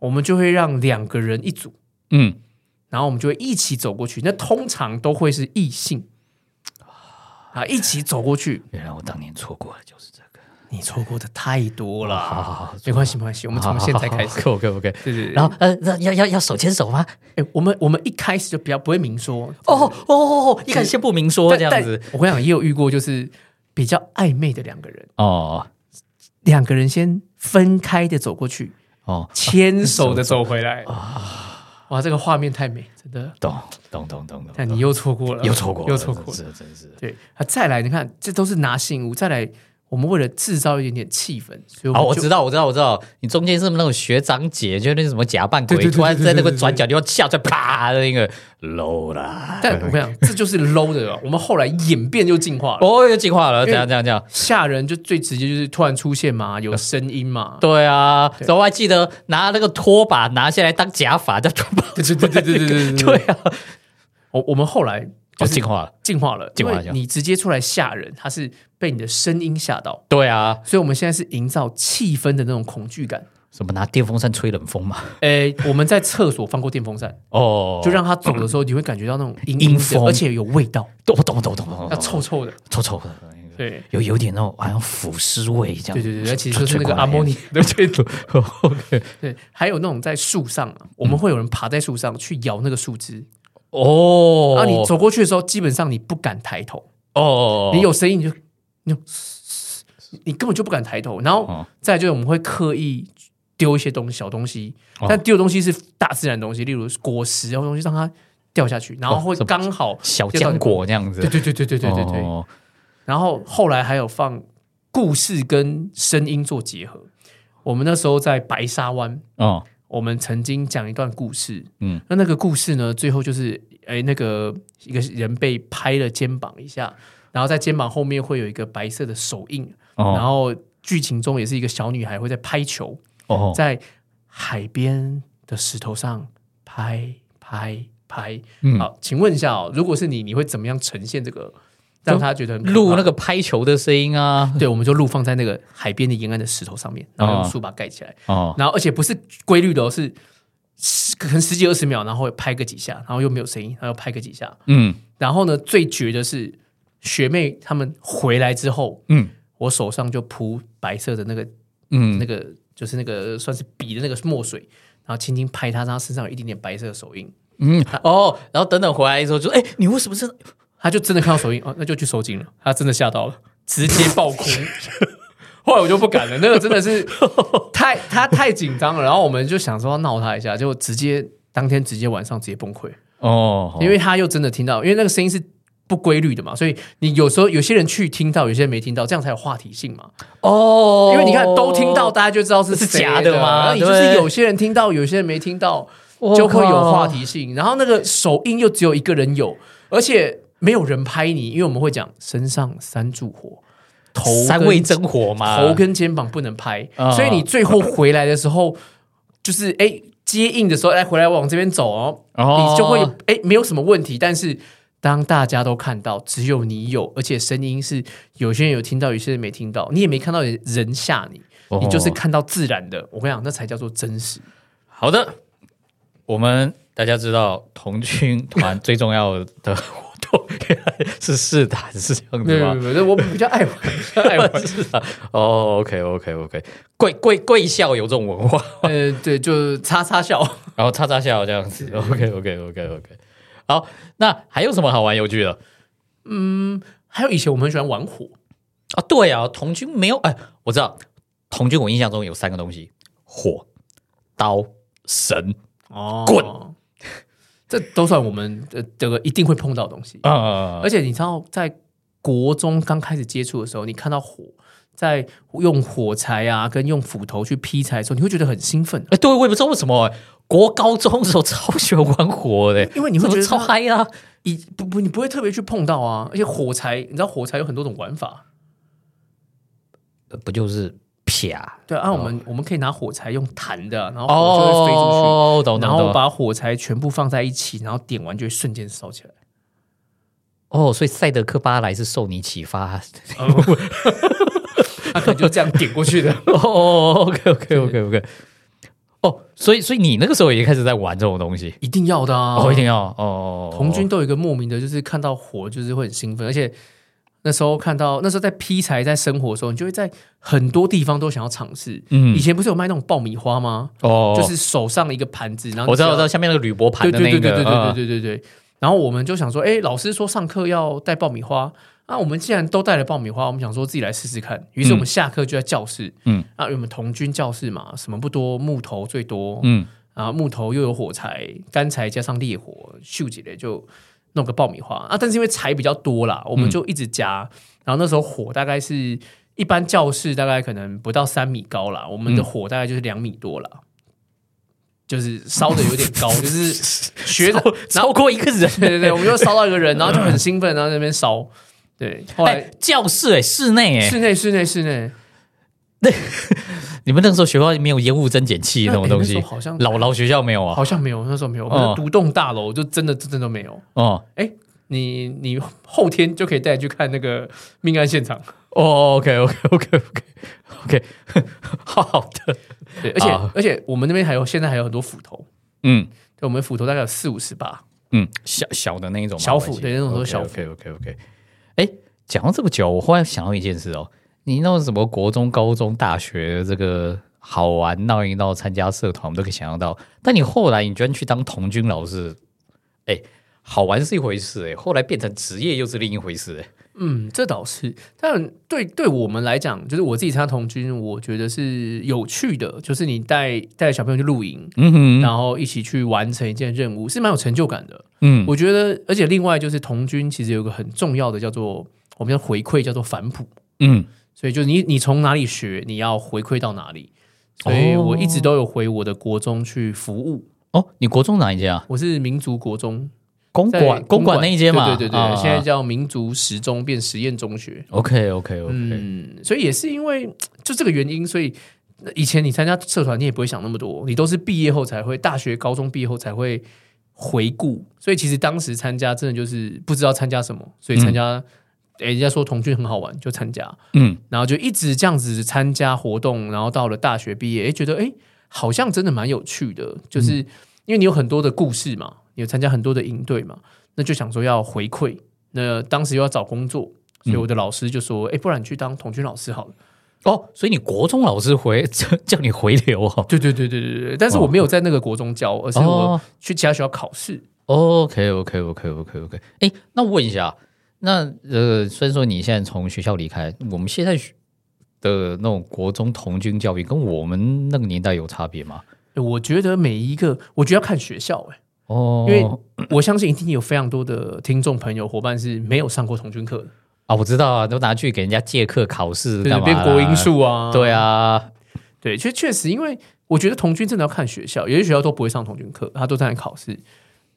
[SPEAKER 2] 我们就会让两个人一组，
[SPEAKER 1] 嗯，
[SPEAKER 2] 然后我们就会一起走过去。那通常都会是异性啊，一起走过去。
[SPEAKER 1] 原来我当年错过了就是这个，
[SPEAKER 2] 你错过的太多了，
[SPEAKER 1] 好好好，
[SPEAKER 2] 没关系，没关系，我
[SPEAKER 1] 我
[SPEAKER 2] 们从现在 (laughs) 开始。
[SPEAKER 1] ，OK OK OK，
[SPEAKER 2] 对对对，
[SPEAKER 1] 然后呃，那要要要手牵手吗？
[SPEAKER 2] 哎、我们我们一开始就比较不会明说
[SPEAKER 1] 哦哦哦哦，一开始先不明说
[SPEAKER 2] 但
[SPEAKER 1] 这样子，
[SPEAKER 2] 但我跟你讲，也有遇过就是比较暧昧的两个人，
[SPEAKER 1] 哦
[SPEAKER 2] 两个人先分开的走过
[SPEAKER 1] (laughs)
[SPEAKER 2] 去，
[SPEAKER 1] 哦，
[SPEAKER 2] 牵手的走回来啊！哇，这个画面太美，真的。
[SPEAKER 1] 懂懂懂懂懂，
[SPEAKER 2] 但你又错过了，
[SPEAKER 1] 又错过了，
[SPEAKER 2] 又错过了。
[SPEAKER 1] 真是真是。
[SPEAKER 2] 对啊，再来，你看，这都是拿信物。再来，我们为了制造一点点气氛，所以我
[SPEAKER 1] 哦，
[SPEAKER 2] 们
[SPEAKER 1] 我
[SPEAKER 2] 就
[SPEAKER 1] 知道，我知道，我知道，你中间是不是那种学长姐，就那什么假扮鬼，
[SPEAKER 2] 对对对
[SPEAKER 1] 突然在那
[SPEAKER 2] 对
[SPEAKER 1] 个
[SPEAKER 2] 对对
[SPEAKER 1] 转角地方下出来，啪的那个 low 啦。
[SPEAKER 2] 但我
[SPEAKER 1] (laughs)
[SPEAKER 2] 跟你讲，这就是 low 的了。我们后来演变就进化了，
[SPEAKER 1] 哦，又进化了，这
[SPEAKER 2] 因为
[SPEAKER 1] 样这样这样。
[SPEAKER 2] 吓人就最直接就是突然出现嘛，有声音
[SPEAKER 1] (laughs)
[SPEAKER 2] 嘛，
[SPEAKER 1] 对啊，然后我还记得拿那个拖把拿下来当假发，这样
[SPEAKER 2] 对对对对对对对
[SPEAKER 1] (laughs)
[SPEAKER 2] 对
[SPEAKER 1] 对啊，
[SPEAKER 2] 我我们后来
[SPEAKER 1] 就
[SPEAKER 2] 就是
[SPEAKER 1] 进化了。
[SPEAKER 2] 进化了，
[SPEAKER 1] 进化了
[SPEAKER 2] 因为你直接出来吓人，他是被你的声音吓到，
[SPEAKER 1] 对啊，
[SPEAKER 2] 所以我们现在是营造气氛的那种恐惧感。
[SPEAKER 1] 什么拿电风扇吹冷风嘛？
[SPEAKER 2] 诶， (laughs) 我们在厕所放过电风扇，
[SPEAKER 1] 哦，
[SPEAKER 2] 就让他走的时候，你会感觉到那种阴
[SPEAKER 1] 阴
[SPEAKER 2] 阴的
[SPEAKER 1] 风哦
[SPEAKER 2] 而且有味道，
[SPEAKER 1] 懂懂懂懂懂
[SPEAKER 2] 那，臭臭的。
[SPEAKER 1] 臭臭的，
[SPEAKER 2] 对
[SPEAKER 1] 有有点那种好像腐尸味这样。
[SPEAKER 2] 对对对，那其实就是那
[SPEAKER 1] 哦吹
[SPEAKER 2] 个
[SPEAKER 1] 过来 (laughs)
[SPEAKER 2] 阿莫尼哦的味道。 (laughs)
[SPEAKER 1] OK，
[SPEAKER 2] 对，还有那种在树上啊，我
[SPEAKER 1] 嗯
[SPEAKER 2] 们会有人爬在树上去摇那个树枝，
[SPEAKER 1] 哦，
[SPEAKER 2] 然后啊你走过去的时候，基本上你不敢抬头。
[SPEAKER 1] 哦，
[SPEAKER 2] 你有声音你就你就你根本就不敢抬头。然后
[SPEAKER 1] 哦
[SPEAKER 2] 再来就是我们会刻意丢一些东西，小东西，
[SPEAKER 1] 哦
[SPEAKER 2] 但丢的东西是大自然的东西，例如果实然后东西让它掉下去，然后会
[SPEAKER 1] 哦这
[SPEAKER 2] 刚好
[SPEAKER 1] 小
[SPEAKER 2] 掉到
[SPEAKER 1] 浆
[SPEAKER 2] 你。
[SPEAKER 1] 果这样子
[SPEAKER 2] 对。对对对对对对对。
[SPEAKER 1] 哦
[SPEAKER 2] 然后后来还有放故事跟声音做结合。我们那时候在白沙湾，
[SPEAKER 1] 哦
[SPEAKER 2] 我们曾经讲一段故事，嗯
[SPEAKER 1] 嗯，
[SPEAKER 2] 那那个故事呢，最后就是，哎，那个一个人被拍了肩膀一下，然后在肩膀后面会有一个白色的手印，然
[SPEAKER 1] 哦
[SPEAKER 2] 后剧情中也是一个小女孩会在拍球，
[SPEAKER 1] 哦，
[SPEAKER 2] 在海边的石头上拍拍拍。
[SPEAKER 1] 嗯
[SPEAKER 2] 好，请问一下哦，如果是你，你会怎么样呈现这个，让他觉得很可怕
[SPEAKER 1] 录那？个拍球的声音啊。
[SPEAKER 2] 对，我们就录放在那个海边的沿岸的石头上面，然后用
[SPEAKER 1] 哦
[SPEAKER 2] 树把它盖起来。
[SPEAKER 1] 哦
[SPEAKER 2] 然后而且不是规律的、哦，是十可能十几二十秒，然后会拍个几下，然后又没有声音，然后又拍个几下。
[SPEAKER 1] 嗯
[SPEAKER 2] 然后呢，最绝的是学妹她们回来之后，
[SPEAKER 1] 嗯
[SPEAKER 2] 我手上就铺白色的那个、
[SPEAKER 1] 嗯
[SPEAKER 2] 那个，就是那个算是笔的那个墨水，然后轻轻拍她，让她身上有一点点白色的手印。
[SPEAKER 1] 嗯哦，然后等等回来的时候就哎，你为什么是
[SPEAKER 2] 她就真的看到手印，哦，那就去收紧了。她真的吓到了，直接爆哭。 (laughs) 后来我就不敢了，那个真的是太她太紧张了。然后我们就想说要闹她一下，结果直接当天直接晚上直接崩溃，
[SPEAKER 1] 哦？
[SPEAKER 2] 因为她又真的听到，因为那个声音是不规律的嘛，所以你有时候有些人去听到，有些人没听到，这样才有话题性嘛。
[SPEAKER 1] 哦，
[SPEAKER 2] 因为你看都听到，大家就知道是
[SPEAKER 1] 是
[SPEAKER 2] 谁
[SPEAKER 1] 假
[SPEAKER 2] 的
[SPEAKER 1] 的嘛
[SPEAKER 2] 然后你
[SPEAKER 1] 对
[SPEAKER 2] 就是有些人听到，有些人没听到，
[SPEAKER 1] 我
[SPEAKER 2] 就会有
[SPEAKER 1] 靠
[SPEAKER 2] 话题性。然后那个手印又只有一个人有，而且没有人拍你，因为我们会讲身上三柱火，头跟
[SPEAKER 1] 三味真火嘛，
[SPEAKER 2] 头跟肩膀不能拍，
[SPEAKER 1] 啊
[SPEAKER 2] 所以你最后回来的时候，就是哎、接应的时候，哎回来往这边走哦，
[SPEAKER 1] 哦
[SPEAKER 2] 你就会哎、没有什么问题，但是。当大家都看到，只有你有，而且声音是有些人有听到，有些人没听到，你也没看到人吓你，
[SPEAKER 1] 哦
[SPEAKER 2] 你就是看到自然的。我跟你 (laughs) 讲，那才叫做真实。
[SPEAKER 1] 好的，我们大家知道童军团最重要的活动哦，原来是试探是这样
[SPEAKER 2] 没
[SPEAKER 1] 子
[SPEAKER 2] 有
[SPEAKER 1] 吗？
[SPEAKER 2] 没有没有，我比较 (laughs) 爱玩，比较爱玩。
[SPEAKER 1] 是啊， (laughs) 哦，OK OK OK，贵贵贵校有这种文化，
[SPEAKER 2] 呃，对，就叉叉笑。
[SPEAKER 1] 然后叉叉校这样子，OK OK OK OK，好，那还有什么好玩有趣的
[SPEAKER 2] 还有以前我们很喜欢玩火，
[SPEAKER 1] 啊？对啊，童军没有，哎，我知道童军，我印象中有三个东西：火、刀、神。
[SPEAKER 2] 哦
[SPEAKER 1] 滚！
[SPEAKER 2] 这都算我们呃这个一定会碰到的东西。
[SPEAKER 1] 啊
[SPEAKER 2] 而且你知道，在国中刚开始接触的时候，你看到火在用火柴啊，跟用斧头去劈柴的时候，你会觉得很兴奋，
[SPEAKER 1] 哎，对，我也不知道为什么、哎国高中的时候超喜欢玩火的、
[SPEAKER 2] 因为你会觉得
[SPEAKER 1] 怎么超
[SPEAKER 2] 它
[SPEAKER 1] 嗨啊！
[SPEAKER 2] 一不不，你不会特别去碰到啊。而且火柴，你知道火柴有很多种玩法，
[SPEAKER 1] 呃不就是啪？
[SPEAKER 2] 对啊，我们、我们可以拿火柴用弹的，然后火就会飞出去。
[SPEAKER 1] 哦，懂
[SPEAKER 2] 然
[SPEAKER 1] 懂
[SPEAKER 2] 后
[SPEAKER 1] 懂。
[SPEAKER 2] 把火柴全部放在一起，然后点完就会瞬间烧起来。
[SPEAKER 1] 哦，所以赛德克巴莱是受你启发。
[SPEAKER 2] 他可能就这样点过去的。
[SPEAKER 1] 哦，OK OK OK OK。哦，所以所以你那个时候也开始在玩这种东西，
[SPEAKER 2] 一定要的啊！
[SPEAKER 1] 哦，一定要哦哦。哦
[SPEAKER 2] 童军都有一个莫名的，就是看到火就是会很兴奋，而且那时候看到那时候在劈柴在生活的时候，你就会在很多地方都想要尝试。
[SPEAKER 1] 嗯
[SPEAKER 2] 以前不是有卖那种爆米花吗？
[SPEAKER 1] 哦，
[SPEAKER 2] 就是手上一个盘子，然后
[SPEAKER 1] 我知道我知道
[SPEAKER 2] 道，
[SPEAKER 1] 下面那个铝箔盘
[SPEAKER 2] 对
[SPEAKER 1] 的
[SPEAKER 2] 对
[SPEAKER 1] 那
[SPEAKER 2] 对
[SPEAKER 1] 个，
[SPEAKER 2] 对对对对
[SPEAKER 1] 嗯
[SPEAKER 2] 对对对。然后我们就想说，哎，老师说上课要带爆米花。啊，我们既然都带了爆米花，我们想说自己来试试看。于是我们下课就在教室，
[SPEAKER 1] 嗯，
[SPEAKER 2] 啊，因为我们童军教室嘛，什么不多，木头最多，
[SPEAKER 1] 嗯
[SPEAKER 2] 啊，木头又有火柴，干柴加上烈火，秀几嘞就弄个爆米花啊。但是因为柴比较多啦，我们
[SPEAKER 1] 嗯
[SPEAKER 2] 就一直加。然后那时候火大概是一般教室大概可能不到三米高啦，我们
[SPEAKER 1] 嗯
[SPEAKER 2] 的火大概就是两米多啦。就是烧的有点高，就是学的，然后
[SPEAKER 1] 超过一个人。
[SPEAKER 2] 对对对，我们就烧到一个人，然后就很兴奋，然后在那边烧。对， (laughs) 后来
[SPEAKER 1] 哎，教室哎，室内哎，
[SPEAKER 2] 室内室内室内
[SPEAKER 1] 你们那个时候学校没有烟雾增减器那种东
[SPEAKER 2] 哎那
[SPEAKER 1] 西
[SPEAKER 2] 时候，好像
[SPEAKER 1] 老老学校没有啊？
[SPEAKER 2] 好像没有，那时候没有，我们
[SPEAKER 1] 哦
[SPEAKER 2] 就独栋大楼就真的真的都没有。
[SPEAKER 1] 哦
[SPEAKER 2] 哎，你你后天就可以带你去看那个命案现场，
[SPEAKER 1] 哦，OK OK OK OK OK，好 (laughs) 好的，
[SPEAKER 2] 对，而且、
[SPEAKER 1] 啊
[SPEAKER 2] 而且我们那边还有现在还有很多斧头，
[SPEAKER 1] 嗯。
[SPEAKER 2] 对，我们斧头大概有四五十把，
[SPEAKER 1] 嗯，小小的那一种嘛
[SPEAKER 2] 小斧
[SPEAKER 1] 我还记得
[SPEAKER 2] 对那种都是小斧
[SPEAKER 1] OK OK OK。哎，讲到这么久，我忽然想到一件事哦，你那种什么国中、高中、大学这个好玩闹一闹，参加社团，我们都可以想象到。但你后来你居然去当童军老师，哎，好玩是一回事，哎，后来变成职业又是另一回事，哎，
[SPEAKER 2] 嗯，这倒是。但对对我们来讲，就是我自己参加童军，我觉得是有趣的，就是你带带小朋友去露营，
[SPEAKER 1] 嗯哼，
[SPEAKER 2] 然后一起去完成一件任务，是蛮有成就感的。
[SPEAKER 1] 嗯，
[SPEAKER 2] 我觉得，而且另外就是童军其实有一个很重要的叫做我们叫回馈，叫做反哺。
[SPEAKER 1] 嗯，
[SPEAKER 2] 所以就是你你从哪里学，你要回馈到哪里。所以我一直都有回我的国中去服务，
[SPEAKER 1] 哦，你国中哪一间啊？
[SPEAKER 2] 我是民族国中，
[SPEAKER 1] 公
[SPEAKER 2] 在
[SPEAKER 1] 馆，公馆那一间嘛，
[SPEAKER 2] 对对对对，
[SPEAKER 1] 啊
[SPEAKER 2] 现在叫民族实中变实验中学。
[SPEAKER 1] OK OK OK，
[SPEAKER 2] 嗯，所以也是因为就这个原因，所以以前你参加社团，你也不会想那么多，你都是毕业后才会，大学、高中毕业后才会回顾。所以其实当时参加真的就是不知道参加什么，所以参加，诶人家说童军很好玩，就参加。
[SPEAKER 1] 嗯，
[SPEAKER 2] 然后就一直这样子参加活动，然后到了大学毕业，诶，觉得诶好像真的蛮有趣的，就是因为你有很多的故事嘛，你有参加很多的营队嘛，那就想说要回馈。那当时又要找工作，所以我的老师就说：“诶，不然你去当童军老师好了。
[SPEAKER 1] 哦，所以你国中老师回叫你回流哦”。
[SPEAKER 2] 对对对对对对，但是我没有在那个国中教，而是我
[SPEAKER 1] 哦
[SPEAKER 2] 去其他学校考试。
[SPEAKER 1] OK OK OK OK OK，哎，那问一下，那呃，虽然说你现在从学校离开，我们现在学的那种国中童军教育跟我们那个年代有差别吗？
[SPEAKER 2] 我觉得每一个，我觉得要看学校、诶，
[SPEAKER 1] 哦，
[SPEAKER 2] 因为我相信一定有非常多的听众朋友伙伴是没有上过童军课的，
[SPEAKER 1] 啊，我知道啊，都拿去给人家借课考试
[SPEAKER 2] 对
[SPEAKER 1] 干
[SPEAKER 2] 对，
[SPEAKER 1] 嘛？
[SPEAKER 2] 变国音，数啊，
[SPEAKER 1] 对啊，
[SPEAKER 2] 对，确确实，因为我觉得童军真的要看学校，有些学校都不会上童军课，他都在考试。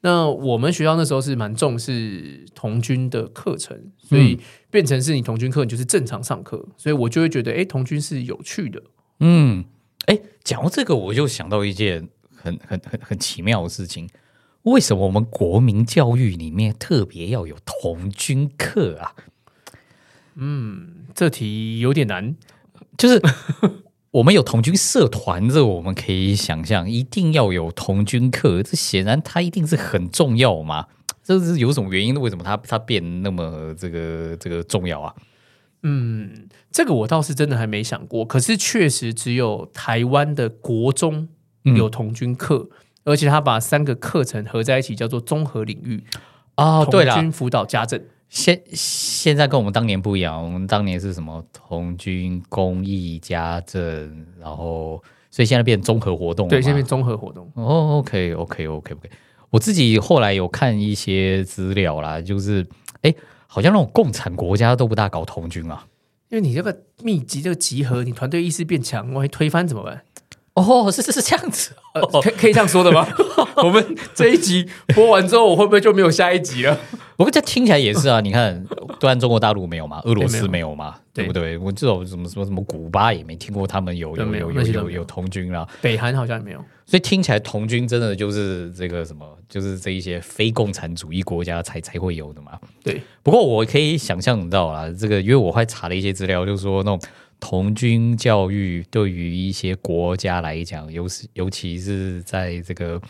[SPEAKER 2] 那我们学校那时候是蛮重视童军的课程，所以变成是你童军课你就是正常上课，所以我就会觉得，哎、童军是有趣的。
[SPEAKER 1] 嗯，哎，讲到这个，我就想到一件很很很很奇妙的事情，为什么我们国民教育里面特别要有童军课啊？
[SPEAKER 2] 这题有点难，
[SPEAKER 1] 就是 (laughs) 我们有童军社团，这我们可以想象，一定要有童军课，这显然它一定是很重要嘛。这是有什么原因？为什么它它变那么这个这个重要啊？
[SPEAKER 2] 嗯，这个我倒是真的还没想过。可是确实只有台湾的国中
[SPEAKER 1] 嗯
[SPEAKER 2] 有童军课，而且他把三个课程合在一起，叫做综合领域
[SPEAKER 1] 啊，对
[SPEAKER 2] 童
[SPEAKER 1] 了，
[SPEAKER 2] 军辅导家政。
[SPEAKER 1] 现现在跟我们当年不一样，我们当年是什么童军、公益、家政，然后所以现在变综合活动了
[SPEAKER 2] 对，下
[SPEAKER 1] 嘛
[SPEAKER 2] 面综合活动。
[SPEAKER 1] 哦，OK，OK，OK，OK、o k o k o k o k 我自己后来有看一些资料啦，就是哎，好像那种共产国家都不大搞童军啊。
[SPEAKER 2] 因为你这个密集、这个集合，你团队意识变强，万一推翻怎么办？
[SPEAKER 1] 哦，是是是这样子哦
[SPEAKER 2] 呃，可可以这样说的 (laughs) 吗？我们这一集播完之后，我会不会就没有下一集了？
[SPEAKER 1] 不过这听起来也 (laughs) 是啊，你看，当然中国大陆没有嘛，俄罗斯
[SPEAKER 2] 对
[SPEAKER 1] 没有嘛，
[SPEAKER 2] 对
[SPEAKER 1] 对不对？我这种什么什么什么古巴也没听过他们有
[SPEAKER 2] 对
[SPEAKER 1] 有
[SPEAKER 2] 没有
[SPEAKER 1] 有
[SPEAKER 2] 那
[SPEAKER 1] 有
[SPEAKER 2] 些都
[SPEAKER 1] 有
[SPEAKER 2] 没有
[SPEAKER 1] 有童军啦，
[SPEAKER 2] (laughs) 北韩好像也没有。
[SPEAKER 1] 所以听起来童军真的就是这个什么，就是这一些非共产主义国家才才会有的嘛。
[SPEAKER 2] 对，
[SPEAKER 1] 不过我可以想象到啦，这个因为我还查了一些资料，就是说那种童军教育对于一些国家来讲，尤其尤其是在这个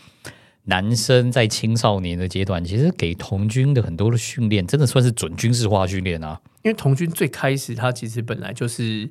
[SPEAKER 1] 男生在青少年的阶段，其实给童军的很多的训练，真的算是准军事化训练啊。
[SPEAKER 2] 因为童军最开始他其实本来就是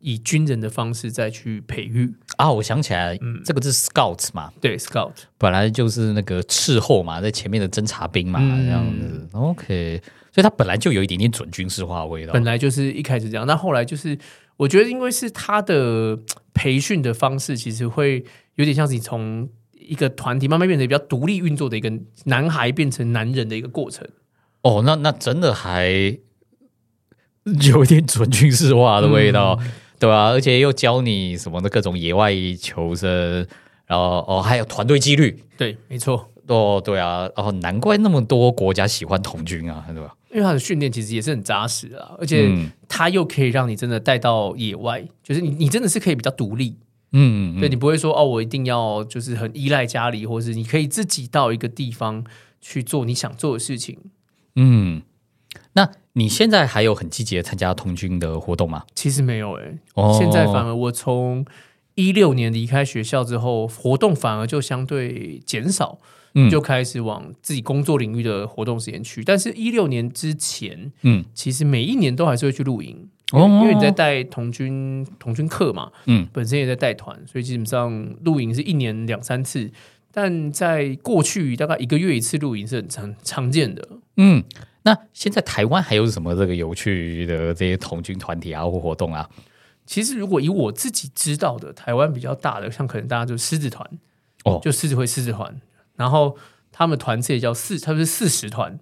[SPEAKER 2] 以军人的方式再去培育，
[SPEAKER 1] 啊，我想起来，这个是 Scouts 嘛，
[SPEAKER 2] 对 scout，
[SPEAKER 1] 本来就是那个斥候嘛，在前面的侦察兵嘛，
[SPEAKER 2] 嗯
[SPEAKER 1] 这样子。OK，所以它本来就有一点点准军事化的味道
[SPEAKER 2] 本。来就是一开始这样，那后来就是我觉得因为是他的嘖培训的方式，其实会有点像是你从一个团体慢慢变成比较独立运作的一个男孩变成男人的一个过程，
[SPEAKER 1] 哦，那那真的还 (laughs) 有一点准军事化的味道，
[SPEAKER 2] 嗯
[SPEAKER 1] 对吧、啊而且又教你什么的各种野外求生，然后哦，还有团队纪律。
[SPEAKER 2] 对，没错。
[SPEAKER 1] 哦，对啊，哦，难怪那么多国家喜欢童军啊，对吧？
[SPEAKER 2] 因为他的训练其实也是很扎实啊，而且
[SPEAKER 1] 嗯
[SPEAKER 2] 他又可以让你真的带到野外，就是你你真的是可以比较独立，
[SPEAKER 1] 嗯，嗯
[SPEAKER 2] 对你不会说哦，我一定要就是很依赖家里，或是你可以自己到一个地方去做你想做的事情。
[SPEAKER 1] 嗯，那你现在还有很积极的参加童军的活动吗？
[SPEAKER 2] 其实没有诶、
[SPEAKER 1] 哦
[SPEAKER 2] 现在反而我从一六年离开学校之后，活动反而就相对减少，
[SPEAKER 1] 嗯
[SPEAKER 2] 就开始往自己工作领域的活动时间去。但是，一六年之前，
[SPEAKER 1] 嗯，
[SPEAKER 2] 其实每一年都还是会去露营，因
[SPEAKER 1] 哦
[SPEAKER 2] 为,、你在带童军童军课嘛，
[SPEAKER 1] 嗯，
[SPEAKER 2] 本身也在带团，所以基本上露营是一年两三次。但在过去大概一个月一次露营是很常常见的，
[SPEAKER 1] 嗯，那现在台湾还有什么这个有趣的这些童军团体啊或活动啊？
[SPEAKER 2] 其实，如果以我自己知道的，台湾比较大的，像可能大家就狮子团，
[SPEAKER 1] 哦
[SPEAKER 2] 就狮子会狮子团，然后他们团次也叫四，他们是四十团，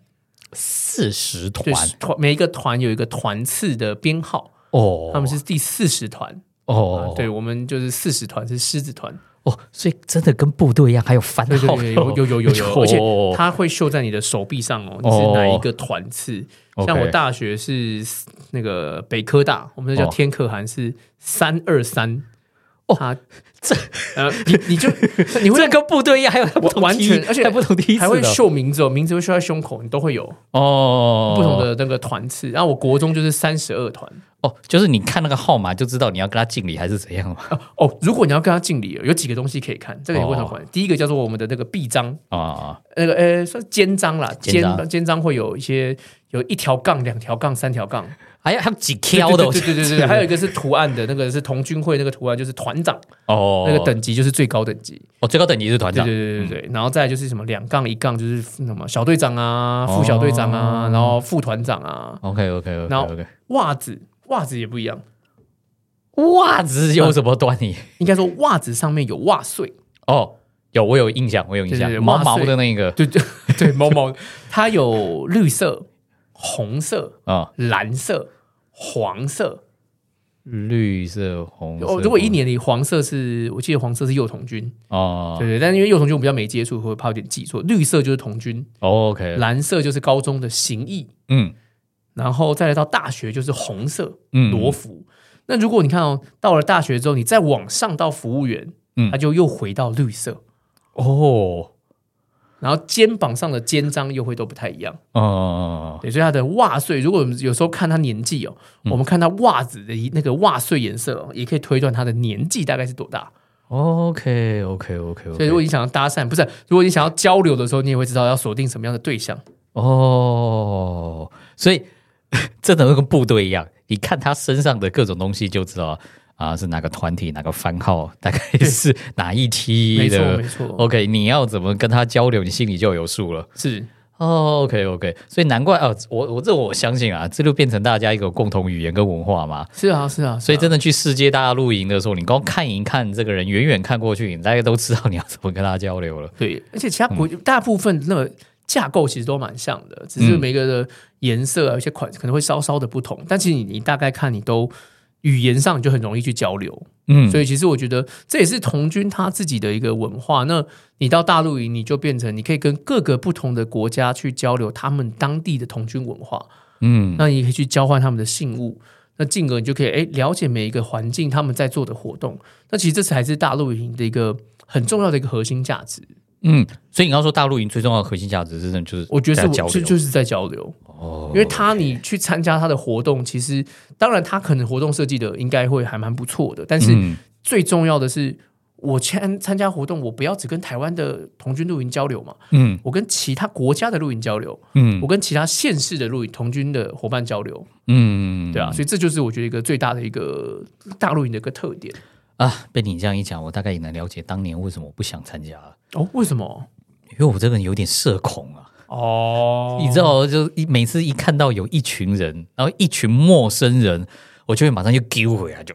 [SPEAKER 1] 四十
[SPEAKER 2] 对，
[SPEAKER 1] 团
[SPEAKER 2] 团每一个团有一个团次的编号，
[SPEAKER 1] 哦，
[SPEAKER 2] 他们是第四十团，
[SPEAKER 1] 哦，
[SPEAKER 2] 啊对我们就是四十团是狮子团，
[SPEAKER 1] 哦，所以真的跟部队一样，还有番
[SPEAKER 2] 对对
[SPEAKER 1] 号，
[SPEAKER 2] 对，有有
[SPEAKER 1] (laughs)
[SPEAKER 2] 有有有，
[SPEAKER 1] 哦
[SPEAKER 2] 而且它会绣在你的手臂上哦，你是哪一个团次？
[SPEAKER 1] 哦 OK
[SPEAKER 2] 像我大学是那个北科大，我们那叫
[SPEAKER 1] 哦
[SPEAKER 2] 天可汗是三二三。
[SPEAKER 1] 哦
[SPEAKER 2] 它呃，你
[SPEAKER 1] (laughs)
[SPEAKER 2] 你就你会
[SPEAKER 1] 这跟部队一样，还有不同
[SPEAKER 2] 哦完
[SPEAKER 1] 梯
[SPEAKER 2] 全而且
[SPEAKER 1] 还不同梯次
[SPEAKER 2] 还会
[SPEAKER 1] 的
[SPEAKER 2] 绣名字哦，名字会绣在胸口，你都会有
[SPEAKER 1] 哦，
[SPEAKER 2] 不同的那个团次。然后我国中就是三十二团
[SPEAKER 1] 哦，就是你看那个号码就知道你要跟他敬礼还是怎样
[SPEAKER 2] (laughs)
[SPEAKER 1] 嘛
[SPEAKER 2] 哦。如果你要跟他敬礼，有几个东西可以看，这个你
[SPEAKER 1] 哦
[SPEAKER 2] 会很管。第一个叫做我们的那个臂章，
[SPEAKER 1] 啊啊
[SPEAKER 2] 那个呃算肩章啦，
[SPEAKER 1] 肩章
[SPEAKER 2] 肩肩章会有一些有一条杠、两条杠、三条杠，
[SPEAKER 1] 还有还有几挑的哦，
[SPEAKER 2] 对对
[SPEAKER 1] (laughs)
[SPEAKER 2] 对对对对。还有一个是图案的，那个是童军会那个图案，就是团长
[SPEAKER 1] 哦，
[SPEAKER 2] 那个等级就是最高等级。
[SPEAKER 1] 哦，最高等级是团
[SPEAKER 2] 对
[SPEAKER 1] 长，嗯
[SPEAKER 2] 对对对对，然后再来就是什么两杠一杠，就是什么小队长啊、
[SPEAKER 1] 哦
[SPEAKER 2] 副小队长啊，然后副团长啊，
[SPEAKER 1] OK OK OK
[SPEAKER 2] 然后
[SPEAKER 1] OK，
[SPEAKER 2] 袜子袜子也不一样，
[SPEAKER 1] 袜子有什么端倪？
[SPEAKER 2] 应该说袜子上面有袜穗，
[SPEAKER 1] 哦，有我有印象，我有印
[SPEAKER 2] 对对
[SPEAKER 1] 象，
[SPEAKER 2] 对
[SPEAKER 1] 毛
[SPEAKER 2] 哇
[SPEAKER 1] 毛
[SPEAKER 2] 所
[SPEAKER 1] 的
[SPEAKER 2] 以
[SPEAKER 1] 那个 (laughs)
[SPEAKER 2] 对对对，毛毛，它有绿色、红色、
[SPEAKER 1] 啊，
[SPEAKER 2] 蓝色、黄色。
[SPEAKER 1] 绿色、红色。
[SPEAKER 2] 哦，如果一年里黄色是我记得黄色是幼童军，
[SPEAKER 1] 哦
[SPEAKER 2] 对对，但因为幼童军我比较没接触，会怕有点记错。绿色就是童军，
[SPEAKER 1] ，OK，
[SPEAKER 2] 蓝色就是高中的行役，
[SPEAKER 1] 嗯
[SPEAKER 2] 然后再来到大学就是红色
[SPEAKER 1] 嗯，
[SPEAKER 2] 罗服。那如果你看哦，到了大学之后，你再往上到服务员，
[SPEAKER 1] 嗯
[SPEAKER 2] 他就又回到绿色，
[SPEAKER 1] 哦，
[SPEAKER 2] 然后肩膀上的肩章又会都不太一样。
[SPEAKER 1] 哦，
[SPEAKER 2] 对，所以他的袜穗，如果我们有时候看他年纪哦，
[SPEAKER 1] 嗯
[SPEAKER 2] 我们看他袜子的一那个袜穗颜色、哦，也可以推断他的年纪大概是多大。
[SPEAKER 1] OK OK OK
[SPEAKER 2] 所以如果
[SPEAKER 1] OK，
[SPEAKER 2] 你想要搭讪，不是，如果你想要交流的时候，你也会知道要锁定什么样的对象。
[SPEAKER 1] 哦，所以真的会跟部队一样，你看他身上的各种东西就知道啊，是哪个团体、哪个番号，大概是哪一期
[SPEAKER 2] 没错
[SPEAKER 1] 的。
[SPEAKER 2] 没
[SPEAKER 1] 哦
[SPEAKER 2] 错，
[SPEAKER 1] OK，你要怎么跟他交流，你心里就有数了。
[SPEAKER 2] 是
[SPEAKER 1] 哦，OK OK，所以难怪啊，我我这我相信啊，这就变成大家一个共同语言跟文化嘛。
[SPEAKER 2] 是啊是啊，
[SPEAKER 1] 所以真
[SPEAKER 2] 的
[SPEAKER 1] 的去世界大陆营的时候，你光看一看这个人，远远看过去，你大概都知道你要怎么跟他交流了。
[SPEAKER 2] 对，而且其他国大部分那个架构其实都蛮像的，只是
[SPEAKER 1] 嗯
[SPEAKER 2] 每个的颜色啊，有些款可能会稍稍的不同，但其实你你大概看你都语言上你就很容易去交流，
[SPEAKER 1] 嗯，
[SPEAKER 2] 所以其实我觉得这也是童军他自己的一个文化。那你到大陆营，你就变成你可以跟各个不同的国家去交流他们当地的童军文化，
[SPEAKER 1] 嗯
[SPEAKER 2] 那你可以去交换他们的信物，那进而你就可以哎了解每一个环境他们在做的活动。那其实这才是大陆营的一个很重要的一个核心价值。
[SPEAKER 1] 嗯，所以你要说大陆营最重要的核心价值，真的就是
[SPEAKER 2] 我觉得
[SPEAKER 1] 在
[SPEAKER 2] 是
[SPEAKER 1] 交
[SPEAKER 2] 我就
[SPEAKER 1] 流，
[SPEAKER 2] 就是在交流，
[SPEAKER 1] 哦
[SPEAKER 2] 因为他你去参加他的活动，其实当然他可能活动设计的应该会还蛮不错的，但是
[SPEAKER 1] 嗯
[SPEAKER 2] 最重要的是，我参参加活动，我不要只跟台湾的童军露营交流嘛，
[SPEAKER 1] 嗯
[SPEAKER 2] 我跟其他国家的露营交流，
[SPEAKER 1] 嗯
[SPEAKER 2] 我跟其他县市的露营童军的伙伴交流，
[SPEAKER 1] 嗯，
[SPEAKER 2] 对啊，所以这就是我觉得一个最大的一个大露营的一个特点
[SPEAKER 1] 啊，被你这样一讲，我大概也能了解当年为什么我不想参加了，
[SPEAKER 2] 哦。为什么？
[SPEAKER 1] 因为我这个人有点社恐啊。
[SPEAKER 2] 哦
[SPEAKER 1] 你知道，就一每次一看到有一群人，然后一群陌生人，我就会马上就丢回来，就，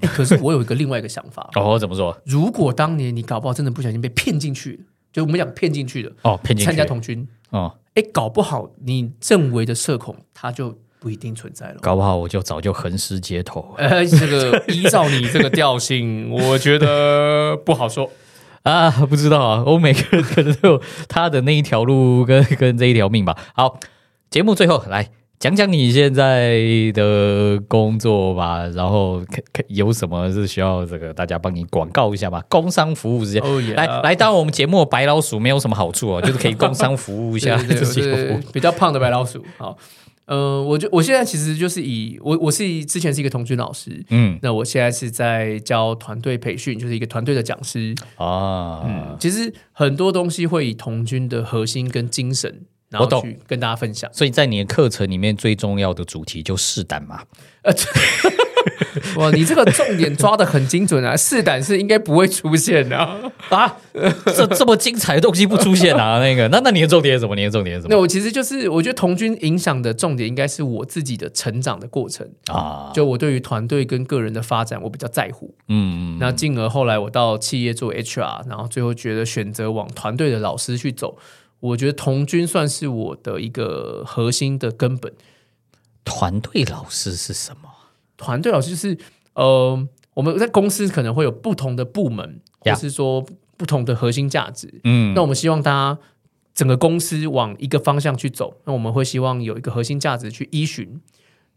[SPEAKER 2] 欸可是我有一个另外一个想法
[SPEAKER 1] 哦怎么说？
[SPEAKER 2] 如果当年你搞不好真的不小心被骗进去，就我们讲骗进去的
[SPEAKER 1] 哦，骗进去
[SPEAKER 2] 参加童军，
[SPEAKER 1] 哦，
[SPEAKER 2] 哎，搞不好你认为的社恐，它就不一定存在了。
[SPEAKER 1] 搞不好我就早就横尸街头了。
[SPEAKER 2] 呃，这 (laughs) 个依照你这个调 (laughs) 性，我觉得不好说。
[SPEAKER 1] 啊，不知道啊，欧美个人可能都有他的那一条路跟 (laughs) 跟这一条命吧。好，节目最后来讲讲你现在的工作吧，然后看看有什么是需要这个大家帮你广告一下吧，工商服务之间。
[SPEAKER 2] 哦耶
[SPEAKER 1] 来来，当然我们节目白老鼠没有什么好处哦，就是可以工商服务一下
[SPEAKER 2] 对对
[SPEAKER 1] 自己
[SPEAKER 2] 对
[SPEAKER 1] 的
[SPEAKER 2] 对
[SPEAKER 1] 服务。
[SPEAKER 2] 比较胖的白老鼠。好，呃，我就我现在其实就是以我我是之前是一个童军老师，
[SPEAKER 1] 嗯
[SPEAKER 2] 那我现在是在教团队培训，就是一个团队的讲师。
[SPEAKER 1] 啊，
[SPEAKER 2] 其实很多东西会以童军的核心跟精神，然
[SPEAKER 1] 我懂
[SPEAKER 2] 后去跟大家分享。
[SPEAKER 1] 所以在你的课程里面最重要的主题就试胆嘛。
[SPEAKER 2] 呃 (laughs) 哇，你这个重点抓的很精准啊！试胆是应该不会出现的、啊。
[SPEAKER 1] 啊，这 (laughs) 这么精彩的东西不出现啊？那个，那那你的重点是什么？你的重点是什么
[SPEAKER 2] 那我其实就是，我觉得童军影响的重点应该是我自己的成长的过程。
[SPEAKER 1] 啊？
[SPEAKER 2] 就我对于团队跟个人的发展，我比较在乎。
[SPEAKER 1] 嗯，
[SPEAKER 2] 那进而后来我到企业做 HR，然后最后觉得选择往团队的老师去走。我觉得童军算是我的一个核心的根本。
[SPEAKER 1] 团队老师是什么？
[SPEAKER 2] 团队老师就是，呃，我们在公司可能会有不同的部门，或
[SPEAKER 1] Yeah
[SPEAKER 2] 是说不同的核心价值。
[SPEAKER 1] 嗯
[SPEAKER 2] 那我们希望大家整个公司往一个方向去走，那我们会希望有一个核心价值去依循。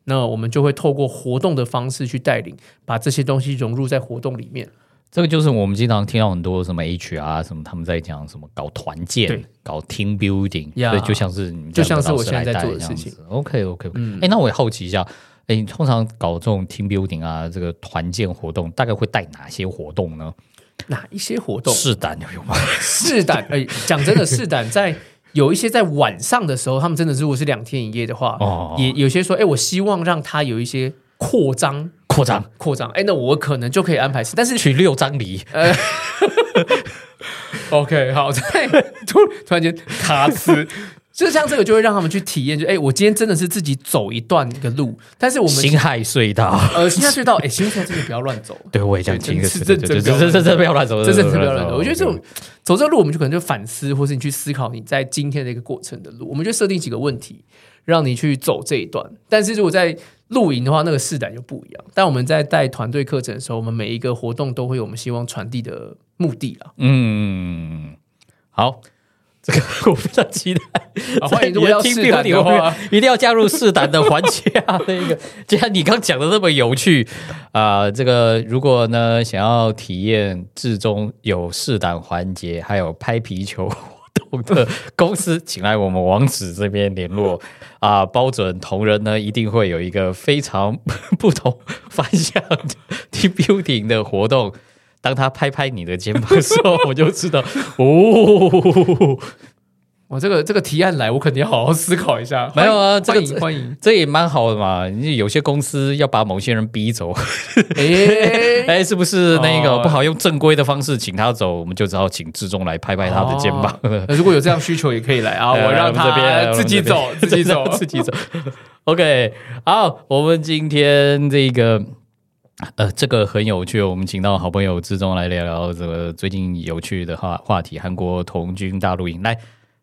[SPEAKER 2] 那我们就会透过活动的方式去带领，把这些东西融入在活动里面。
[SPEAKER 1] 这个就是我们经常听到很多什么 HR 什么，他们在讲什么搞团建
[SPEAKER 2] 对、
[SPEAKER 1] 搞 team building，
[SPEAKER 2] 呀
[SPEAKER 1] 对，就像是你们
[SPEAKER 2] 就像是我
[SPEAKER 1] 这样的
[SPEAKER 2] 现在
[SPEAKER 1] 老师来带
[SPEAKER 2] 做的
[SPEAKER 1] 这样子
[SPEAKER 2] 事。嗯
[SPEAKER 1] OK OK，哎、诶那我也好奇一下，哎，你通常搞这种 team building 啊，这个团建活动，大概会带哪些活动呢？
[SPEAKER 2] 哪一些活动？
[SPEAKER 1] 试胆有 (laughs) 吗？
[SPEAKER 2] 试胆，哎、讲真的，试胆在有一些在晚上的时候，他们真的如果是两天一夜的话，
[SPEAKER 1] 哦
[SPEAKER 2] 也有些说，哎、我希望让他有一些扩张，
[SPEAKER 1] 扩张
[SPEAKER 2] 扩张，哎、那我可能就可以安排是，但是
[SPEAKER 1] 去六张犁，
[SPEAKER 2] 呃 OK，好，对，突突然间卡
[SPEAKER 1] (laughs)
[SPEAKER 2] 词。就像这个，就会让他们去体验，就哎、我今天真的是自己走一段一个路，但是我们
[SPEAKER 1] 辛亥隧道。
[SPEAKER 2] 呃，新下隧道，哎、新下真的不要乱走，
[SPEAKER 1] 对，我也这样
[SPEAKER 2] 对
[SPEAKER 1] 听，
[SPEAKER 2] 真
[SPEAKER 1] 是
[SPEAKER 2] 是
[SPEAKER 1] 对
[SPEAKER 2] 真
[SPEAKER 1] 对对
[SPEAKER 2] 真不要
[SPEAKER 1] 真真真不要乱走，
[SPEAKER 2] 这真的是不要乱走。我觉得这种
[SPEAKER 1] OK，OK
[SPEAKER 2] 走这个路，我们就可能就反思，或是你去思考你在今天的一个过程的路，我们就设定几个问题，让你去走这一段。但是如果在露营的话，那个试胆就不一样。但我们在带团队课程的时候，我们每一个活动都会有我们希望传递的目的啦。
[SPEAKER 1] 嗯，好，这个我非常期待。
[SPEAKER 2] 啊欢迎如果要试胆的话，
[SPEAKER 1] 一定要加入试胆的环节啊！那个，既然你刚讲的那么有趣啊、这个如果呢想要体验至中有试胆环节，还有拍皮球活动的公司，请来我们网址这边联络啊、包准同仁呢一定会有一个非常 (laughs) 不同方向的 team building 的活动。 (laughs) 当他拍拍你的肩膀的时候，我就知道哦，
[SPEAKER 2] 我这个这个提案来，我肯定要好好思考一下。
[SPEAKER 1] 没有啊这个
[SPEAKER 2] 欢迎欢迎，
[SPEAKER 1] 这也蛮好的嘛。有些公司要把某些人逼走， (laughs)
[SPEAKER 2] 哎，
[SPEAKER 1] 哎，是不是那个
[SPEAKER 2] 哦
[SPEAKER 1] 不好用正规的方式请他走，我们就只好请志忠来拍哎拍他的肩膀。
[SPEAKER 2] 哦那如果有这样需求也可以来
[SPEAKER 1] (laughs)
[SPEAKER 2] 啊，
[SPEAKER 1] 对
[SPEAKER 2] 我
[SPEAKER 1] 来
[SPEAKER 2] 让
[SPEAKER 1] 哎我们这边来
[SPEAKER 2] 他
[SPEAKER 1] 我
[SPEAKER 2] 自
[SPEAKER 1] 们这
[SPEAKER 2] 己
[SPEAKER 1] 边
[SPEAKER 2] 走，自
[SPEAKER 1] (laughs)
[SPEAKER 2] 己走，
[SPEAKER 1] 自己走。OK，好，我们今天这个呃，这个很有趣哦，我们请到好朋友志忠来聊聊这个最近有趣的话话题——韩国童军大陆营。来，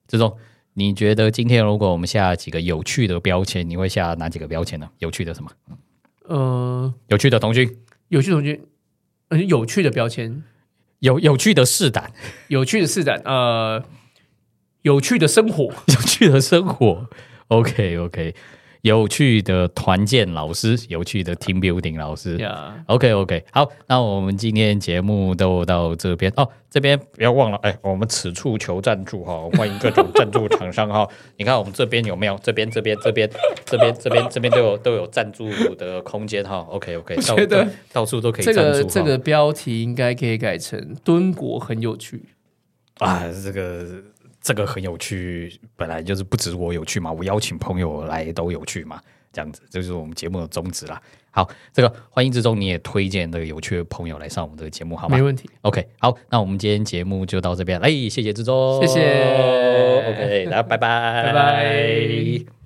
[SPEAKER 1] 志忠，你觉得今天如果我们下几个有趣的标签，你会下哪几个标签呢？有趣的什么？
[SPEAKER 2] 嗯，
[SPEAKER 1] 有趣的童军，
[SPEAKER 2] 有趣同学，呃有趣的标签，
[SPEAKER 1] 有有趣的试胆， (laughs)
[SPEAKER 2] 有趣的施展，呃，有趣的生活，
[SPEAKER 1] 有趣的生活。OK OK，有趣的团建老师，有趣的 team building 老师。
[SPEAKER 2] 呀，
[SPEAKER 1] OK OK，好，那我们今天节目都到这边哦。这边不要忘了，哎，我们此处求赞助哈，欢迎各种赞助厂商哈。你看我们这边有没有？这边这边这边这边这边这边都有都有赞助的空间哈。OK OK，到
[SPEAKER 2] 觉得
[SPEAKER 1] 到到处都可以
[SPEAKER 2] 这
[SPEAKER 1] 赞助哈。
[SPEAKER 2] 个这个标题应该可以改成“敦国很有趣
[SPEAKER 1] 啊，这个这个很有趣，本来就是不止我有趣嘛，我邀请朋友来都有趣嘛，这样子，这就是我们节目的宗旨啦。好，这个欢迎之中你也推荐那个有趣的朋友来上我们这个节目，”，好吗
[SPEAKER 2] 没？问题。
[SPEAKER 1] OK，好，那我们今天节目就到这边，哎，谢谢志忠，
[SPEAKER 2] 谢谢
[SPEAKER 1] OK，大家拜拜，
[SPEAKER 2] 拜拜。